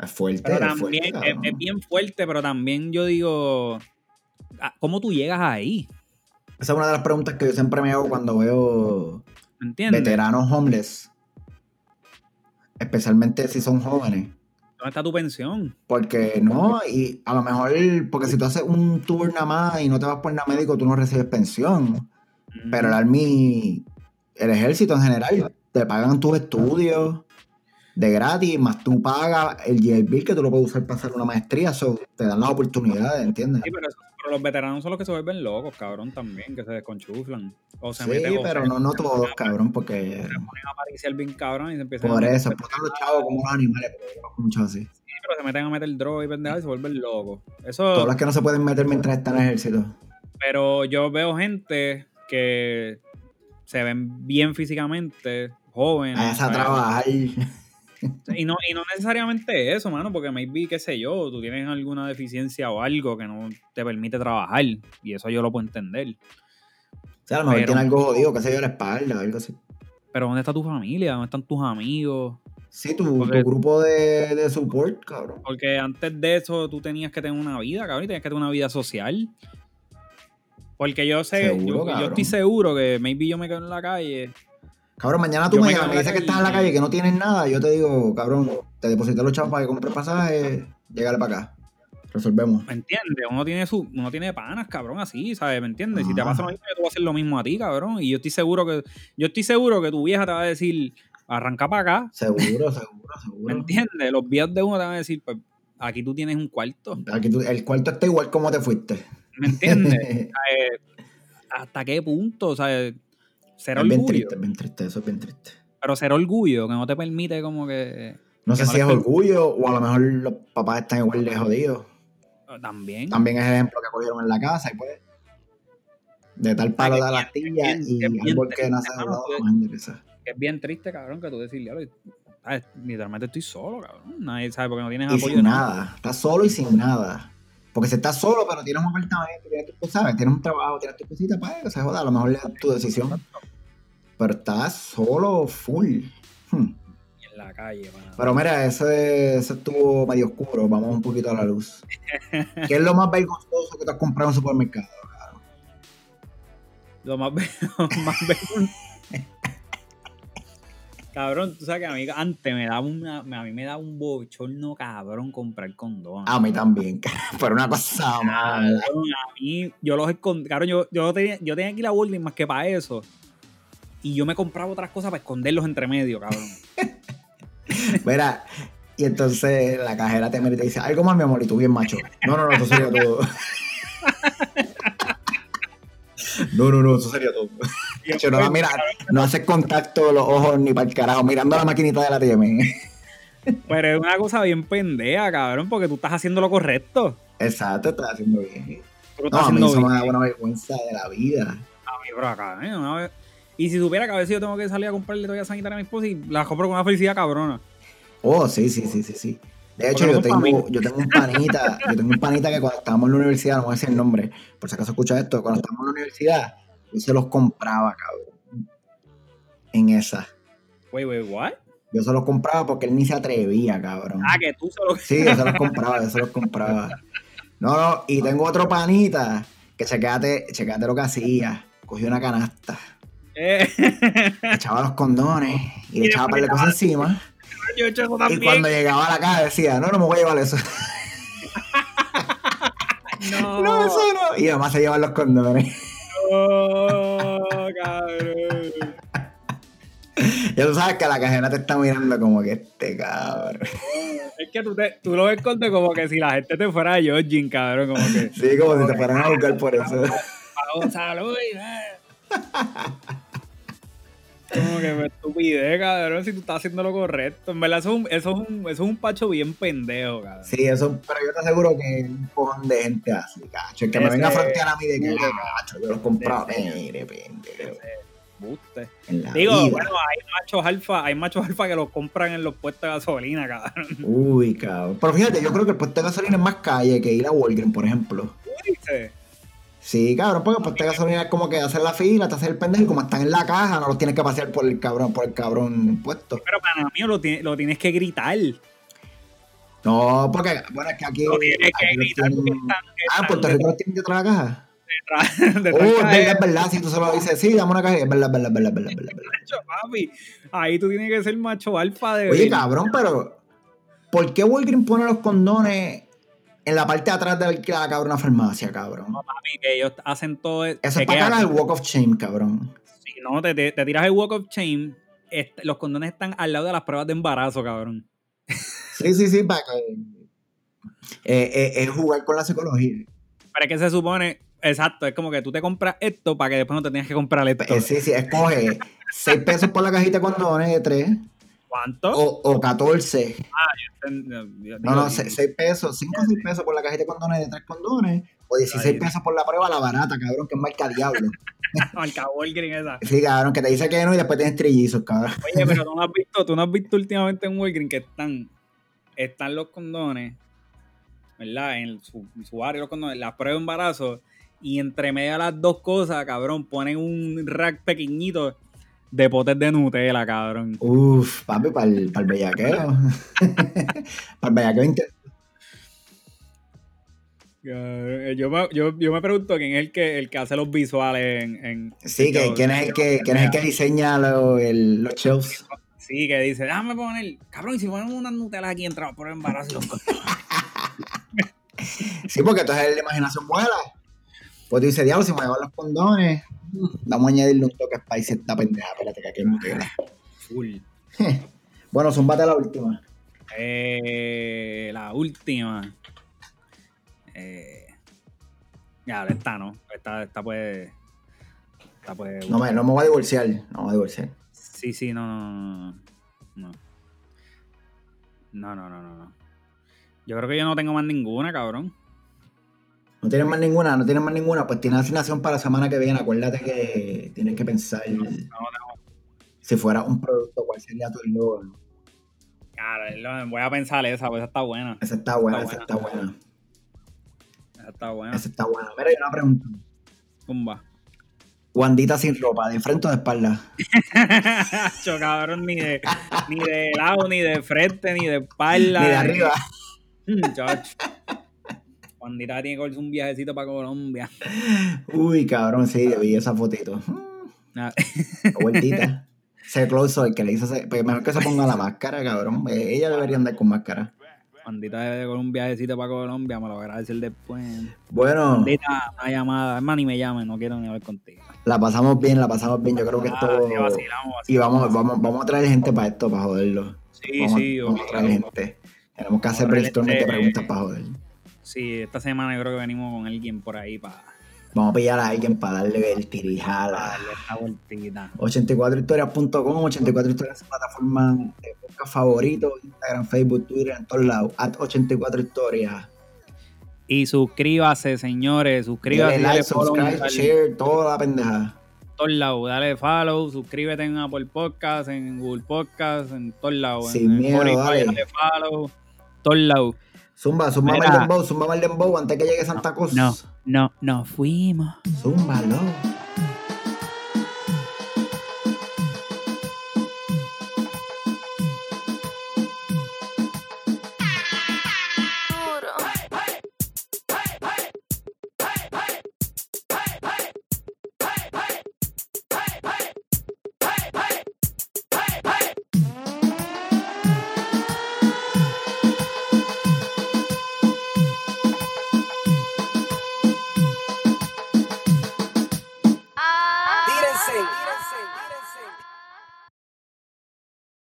S1: Es fuerte.
S2: Pero
S1: es
S2: también
S1: fuerte,
S2: es,
S1: cabrón.
S2: es bien fuerte, pero también yo digo, ah, ¿cómo tú llegas ahí?
S1: Esa es una de las preguntas que yo siempre me hago cuando veo
S2: ¿Me entiendes?
S1: veteranos homeless. Especialmente si son jóvenes.
S2: ¿Dónde está tu pensión?
S1: Porque no, y a lo mejor, porque si tú haces un tour nada más y no te vas por nada médico, tú no recibes pensión.
S2: Mm.
S1: Pero el Army, el ejército en general, te pagan tus estudios de gratis, más tú pagas el GL Bill que tú lo puedes usar para hacer una maestría. So, te dan las oportunidades, ¿entiendes?
S2: Sí, pero, eso- pero los veteranos son los que se vuelven locos, cabrón, también, que se desconchuflan. O se
S1: Sí,
S2: meten o
S1: pero
S2: se
S1: no, no todos, cabrón, porque
S2: ponen a apariciar bien cabrón y se empiezan
S1: por
S2: a meter,
S1: eso, explotan los chavos como los animales, mucho así.
S2: pero se meten a meter droga y pendejadas y se vuelven locos. Eso,
S1: Todos los que no se pueden meter mientras están en el ejército.
S2: pero yo veo gente que se ven bien físicamente, jóvenes.
S1: Vayas a
S2: ¿sabes?
S1: trabajar.
S2: Y no, y no necesariamente eso, mano, porque maybe, qué sé yo, tú tienes alguna deficiencia o algo que no te permite trabajar. Y eso yo lo puedo entender.
S1: [laughs] O sea, a lo mejor
S2: Pero-
S1: tiene algo jodido, qué sé yo, la espalda o algo así.
S2: Pero ¿dónde está tu familia? ¿Dónde están tus amigos?
S1: Sí, tu,
S2: Porque-
S1: tu grupo de, de support, cabrón.
S2: Porque antes de eso tú tenías que tener una vida, cabrón, y tenías que tener una vida social. Porque yo sé,
S1: Seguro,
S2: yo- yo,
S1: cabrón.
S2: estoy seguro que maybe yo me quedo en la calle.
S1: Cabrón, mañana tú
S2: Yo me
S1: me
S2: quedo
S1: llamas,
S2: en
S1: me
S2: la
S1: dices que
S2: calle
S1: estás en la
S2: y-
S1: calle, que no tienes nada. Yo te digo, cabrón, te deposité los chavos para que compres pasaje, llegar para acá. Resolvemos.
S2: ¿Me entiendes? Uno tiene su, uno tiene panas, cabrón, así, ¿sabes? ¿Me entiendes? Si te
S1: Ajá.
S2: pasa lo mismo, yo te voy a hacer lo mismo a ti, cabrón. Y yo estoy seguro que, yo estoy seguro que tu vieja te va a decir, arranca para acá.
S1: Seguro, [laughs] seguro,
S2: ¿Me
S1: seguro.
S2: entiendes? Los viejos de uno te van a decir, pues, aquí tú tienes un cuarto.
S1: Aquí tú- el cuarto está igual como te fuiste. [laughs]
S2: ¿Me entiendes? Eh, ¿Hasta qué punto? O sea, será
S1: es bien
S2: orgullo.
S1: triste, es bien triste, eso es bien triste.
S2: Pero será orgullo, que no te permite como que...
S1: No sé
S2: no
S1: si
S2: le
S1: es
S2: estoy-
S1: orgullo o a lo mejor los papás están igual de jodidos.
S2: ah, También.
S1: También es el ejemplo que cogieron en la casa y pues. De tal palo
S2: que
S1: da las
S2: bien-
S1: tías
S2: es
S1: y
S2: bien
S1: árbol que
S2: triste,
S1: nace de
S2: mano,
S1: lado,
S2: tú-
S1: más endereza.
S2: Es bien triste, cabrón, que tú decís, "Diablo, ¿sabes? literalmente estoy solo, cabrón. Nadie sabe porque no tienes
S1: Y
S2: apoyo.
S1: sin
S2: de
S1: nada. Estás solo y sin nada. Porque si estás solo, pero tienes un apartamento, tienes tu, sabes, tienes un trabajo, tienes tu cosita, para que se joda, a lo mejor es tu decisión. Pero estás solo, full. Hmm.
S2: nadie En la calle, pana.
S1: Pero mira, ese, ese estuvo medio oscuro, vamos un poquito a la
S2: [laughs]
S1: luz. ¿Qué es lo más vergonzoso que te has comprado en un supermercado?
S2: Lo más, ve- [laughs] lo más vergon- Cabrón, tú sabes que a mí antes me daba una, a mí me daba un bochorno cabrón comprar condón.
S1: A mí también, [laughs] pero una cosa mala.
S2: Cabrón, a mí, yo los escondí, cabrón, yo, yo tenía, yo tenía que ir a Walgreens más que para eso. Y yo me compraba otras cosas para esconderlos entre medio, cabrón.
S1: Mira, y entonces la cajera te mira y te dice, algo más, mi amor, y tú bien macho. No, no, no, eso sería todo. No, no, no, eso sería todo. [laughs] Yo no la mira, no haces contacto los ojos ni para el carajo, mirando la maquinita de la TM.
S2: Pero es una cosa bien pendeja, cabrón, porque tú estás haciendo lo correcto.
S1: [laughs] Exacto, estás haciendo bien.
S2: Tú lo
S1: No,
S2: estás
S1: a mí
S2: haciendo
S1: eso me da
S2: bien.
S1: una vergüenza de la vida.
S2: A mí, pero acá, ¿eh? Una vez- Y si supiera que a veces yo tengo que salir a comprarle toalla sanitaria a mi esposa y la compro con una felicidad cabrona.
S1: Oh, sí, sí, sí, sí, sí. De hecho,
S2: Porque
S1: yo
S2: son
S1: tengo,
S2: familia.
S1: yo tengo un panita, yo tengo un panita que cuando estábamos en la universidad, no voy a decir el nombre, por si acaso escucha esto, cuando estábamos en la universidad, yo se los compraba, cabrón. En esa.
S2: Wey, wey, what?
S1: Yo se los compraba porque él ni se atrevía, cabrón.
S2: Ah, que [laughs] tú solo.
S1: Sí, yo se los compraba, yo se los compraba. No, no, y tengo otro panita que checate, checate lo que hacía. Cogió una canasta,
S2: Eh,
S1: echaba los condones y le
S2: Y le
S1: echaba un par de cosas encima
S2: Yo he hecho eso
S1: Y
S2: también.
S1: cuando llegaba a la casa decía, no, no me voy a llevar eso. [laughs]
S2: No,
S1: No, eso no. Y además se llevan los condones. [laughs]
S2: no, cabrón.
S1: Ya tú sabes que la cajera te está mirando como que este cabrón.
S2: Es que tú, te, tú lo ves corte como que si la gente te fuera a Georgin, cabrón, como que.
S1: Sí, como si te fueran a buscar por eso.
S2: Vamos, salud. y, eh. Como que me estupidez, cabrón, si tú estás haciendo lo correcto. En verdad, eso es un, eso es un, eso es un pacho bien pendejo, cabrón.
S1: Sí, eso, pero yo te aseguro que un cojón de gente así, cacho. El que me
S2: Ese-
S1: venga a frontear a mí de que,
S2: Mira,
S1: cacho, yo los compraba.
S2: ese-
S1: Mire, pendejo.
S2: Buste.
S1: En la
S2: Digo,
S1: vida.
S2: bueno, hay machos alfa, hay machos alfa que los compran en los puestos de gasolina, cabrón.
S1: Uy, cabrón. Pero fíjate, yo creo que el puesto de gasolina es más calle que ir a Walgreens, por ejemplo.
S2: ¿Tú dices?
S1: Sí, cabrón, porque el puesto de gasolina es como que hacer la fila, te hacer el pendejo y como están en la caja, no los tienes que pasear por el cabrón, por el cabrón puesto.
S2: Pero para mí lo, tiene- lo tienes que gritar.
S1: No, porque, bueno, es que aquí.
S2: Lo tienes que
S1: aquí los
S2: gritar porque
S1: tienen-
S2: están,
S1: Ah, en Puerto
S2: están
S1: Rico los tienen detrás de la caja.
S2: detrás-
S1: Oh,
S2: [laughs]
S1: es
S2: detrás de-
S1: verdad, es verdad, si tú solo dices, sí, dame una caja, es verdad, es verdad, es verdad, es verdad, es verdad.
S2: macho, papi. Ahí tú tienes que ser macho alfa de.
S1: Oye, cabrón, pero ¿por qué Walgreens pone los condones en la parte de atrás de la cabrona farmacia, cabrón?
S2: Papi, que ellos hacen todo. e-,
S1: Eso es
S2: chequean.
S1: para cagar el walk of shame, cabrón.
S2: Si no, te, te- te tiras el walk of shame. est- los condones están al lado de las pruebas de embarazo, cabrón.
S1: Sí, sí, sí, para que... eh, eh, es jugar con la psicología.
S2: Pero es que se supone. Exacto, es como que tú te compras esto para que después no te tengas que comprar esto.
S1: Eh, sí, sí, escoge 6 pesos por la cajita de condones de 3
S2: ¿Cuánto?
S1: o, o 14.
S2: Dios,
S1: Oh. No, no,
S2: Dios.
S1: 6,
S2: [laughs]
S1: pesos, 5 o 6 pesos por la cajita de condones de 3 condones o 16
S2: Ay.
S1: pesos por la prueba la barata, cabrón, que es marca diablo.
S2: Marca Walgreens esa.
S1: Sí, cabrón, que te dice que no y después tienes trillizos, cabrón.
S2: Oye, pero tú no has visto, tú no has visto últimamente en Walgreens que están, están los condones, ¿verdad? En su, su área los condones, las pruebas de embarazo, y entre medio de las dos cosas, cabrón, ponen un rack pequeñito de potes de Nutella, cabrón.
S1: Uf, papi, para el, bellaqueo. [laughs] para el bellaqueo inter-
S2: Cabrón, Yo me, yo, yo me pregunto quién es el que, el que hace los visuales en... en-
S1: Sí, que,
S2: yo-
S1: ¿quién, es el que, quién es el que diseña lo- el- los shelves?
S2: Sí, que dice, déjame poner, cabrón, y si ponemos unas Nutella aquí, entramos por embarazo y los condones".
S1: Sí, porque entonces la imaginación vuela. Pues tú dices, diablo, si me llevan los condones, vamos a añadirle un toque spice a esta pendeja. Espérate, que aquí hay Nutella.
S2: Full.
S1: Bueno, zumbate la última.
S2: Eh, la última. Eh, ya, esta no. pues, Esta, esta puede. Esta puede.
S1: No me, no me voy a divorciar. No me voy a divorciar.
S2: pues, Sí, sí, no, no, no, no, no. No, no, no, no, no. Yo creo que yo no tengo más ninguna, cabrón.
S1: No tienes más ninguna, no tienes más ninguna. Pues tienes asignación para la semana que viene. Acuérdate que tienes que pensar si fuera un producto, cuál sería tu eslogan.
S2: Claro, lo- voy a pensar esa, pues esa está buena.
S1: Esa está buena,
S2: Está
S1: esa está buena.
S2: Esa está buena.
S1: Esa está buena. Mira, yo una pregunta.
S2: Zumba. [laughs]
S1: Guandita sin ropa, de frente o de espalda.
S2: Cho, cabrón, ni de, ni de lado, ni de frente, ni de espalda.
S1: Ni de
S2: ni-
S1: arriba.
S2: Muchacho. Juanita tiene que cogerse un viajecito para Colombia.
S1: [laughs] Uy, cabrón, sí, yo vi esa [laughs] fotito. Mm,
S2: Ah,
S1: Vueltita. Se close el que le hizo. ese- pues mejor que se ponga la máscara, cabrón. Eh, Ella debería andar con máscara.
S2: Juanita debe de coger un viajecito para Colombia, me lo voy a agradecer después.
S1: Bueno,
S2: Juanita, una llamada. Es más, ni me llamen, no quiero ni hablar contigo.
S1: la pasamos bien, la pasamos bien. Yo creo que
S2: Ah,
S1: esto.
S2: sí, vacilamos,
S1: Y
S2: vacilamos.
S1: vamos, vamos, vamos a traer gente para esto, para joderlo.
S2: Sí,
S1: Vamos,
S2: sí,
S1: vamos a traer
S2: obligado.
S1: gente. Tenemos que hacer
S2: Vamos a traer
S1: brainstorming de
S2: gente.
S1: preguntas para joder.
S2: Sí, esta semana yo creo que venimos con alguien por ahí para
S1: Vamos a pillar a alguien para darle el tirijala.
S2: darle esta vueltita.
S1: 84historias.com, 84 historias, su plataforma de podcast favorito, Instagram, Facebook, Twitter, en todos lados, at 84 historias.
S2: Y suscríbase, señores, suscríbase.
S1: Dale like,
S2: dale follow,
S1: subscribe,
S2: dale-
S1: share, toda la pendeja.
S2: todos lados. Dale follow, suscríbete en Apple Podcast, en Google Podcast, en todos lados.
S1: Sin
S2: en
S1: miedo, dale.
S2: follow, todos lados.
S1: Zumba, zumba
S2: Mira.
S1: el dembow, zumba el dembow antes que llegue Santa Cruz.
S2: No, no, nos fuimos.
S1: Zúmbalo.
S4: miren.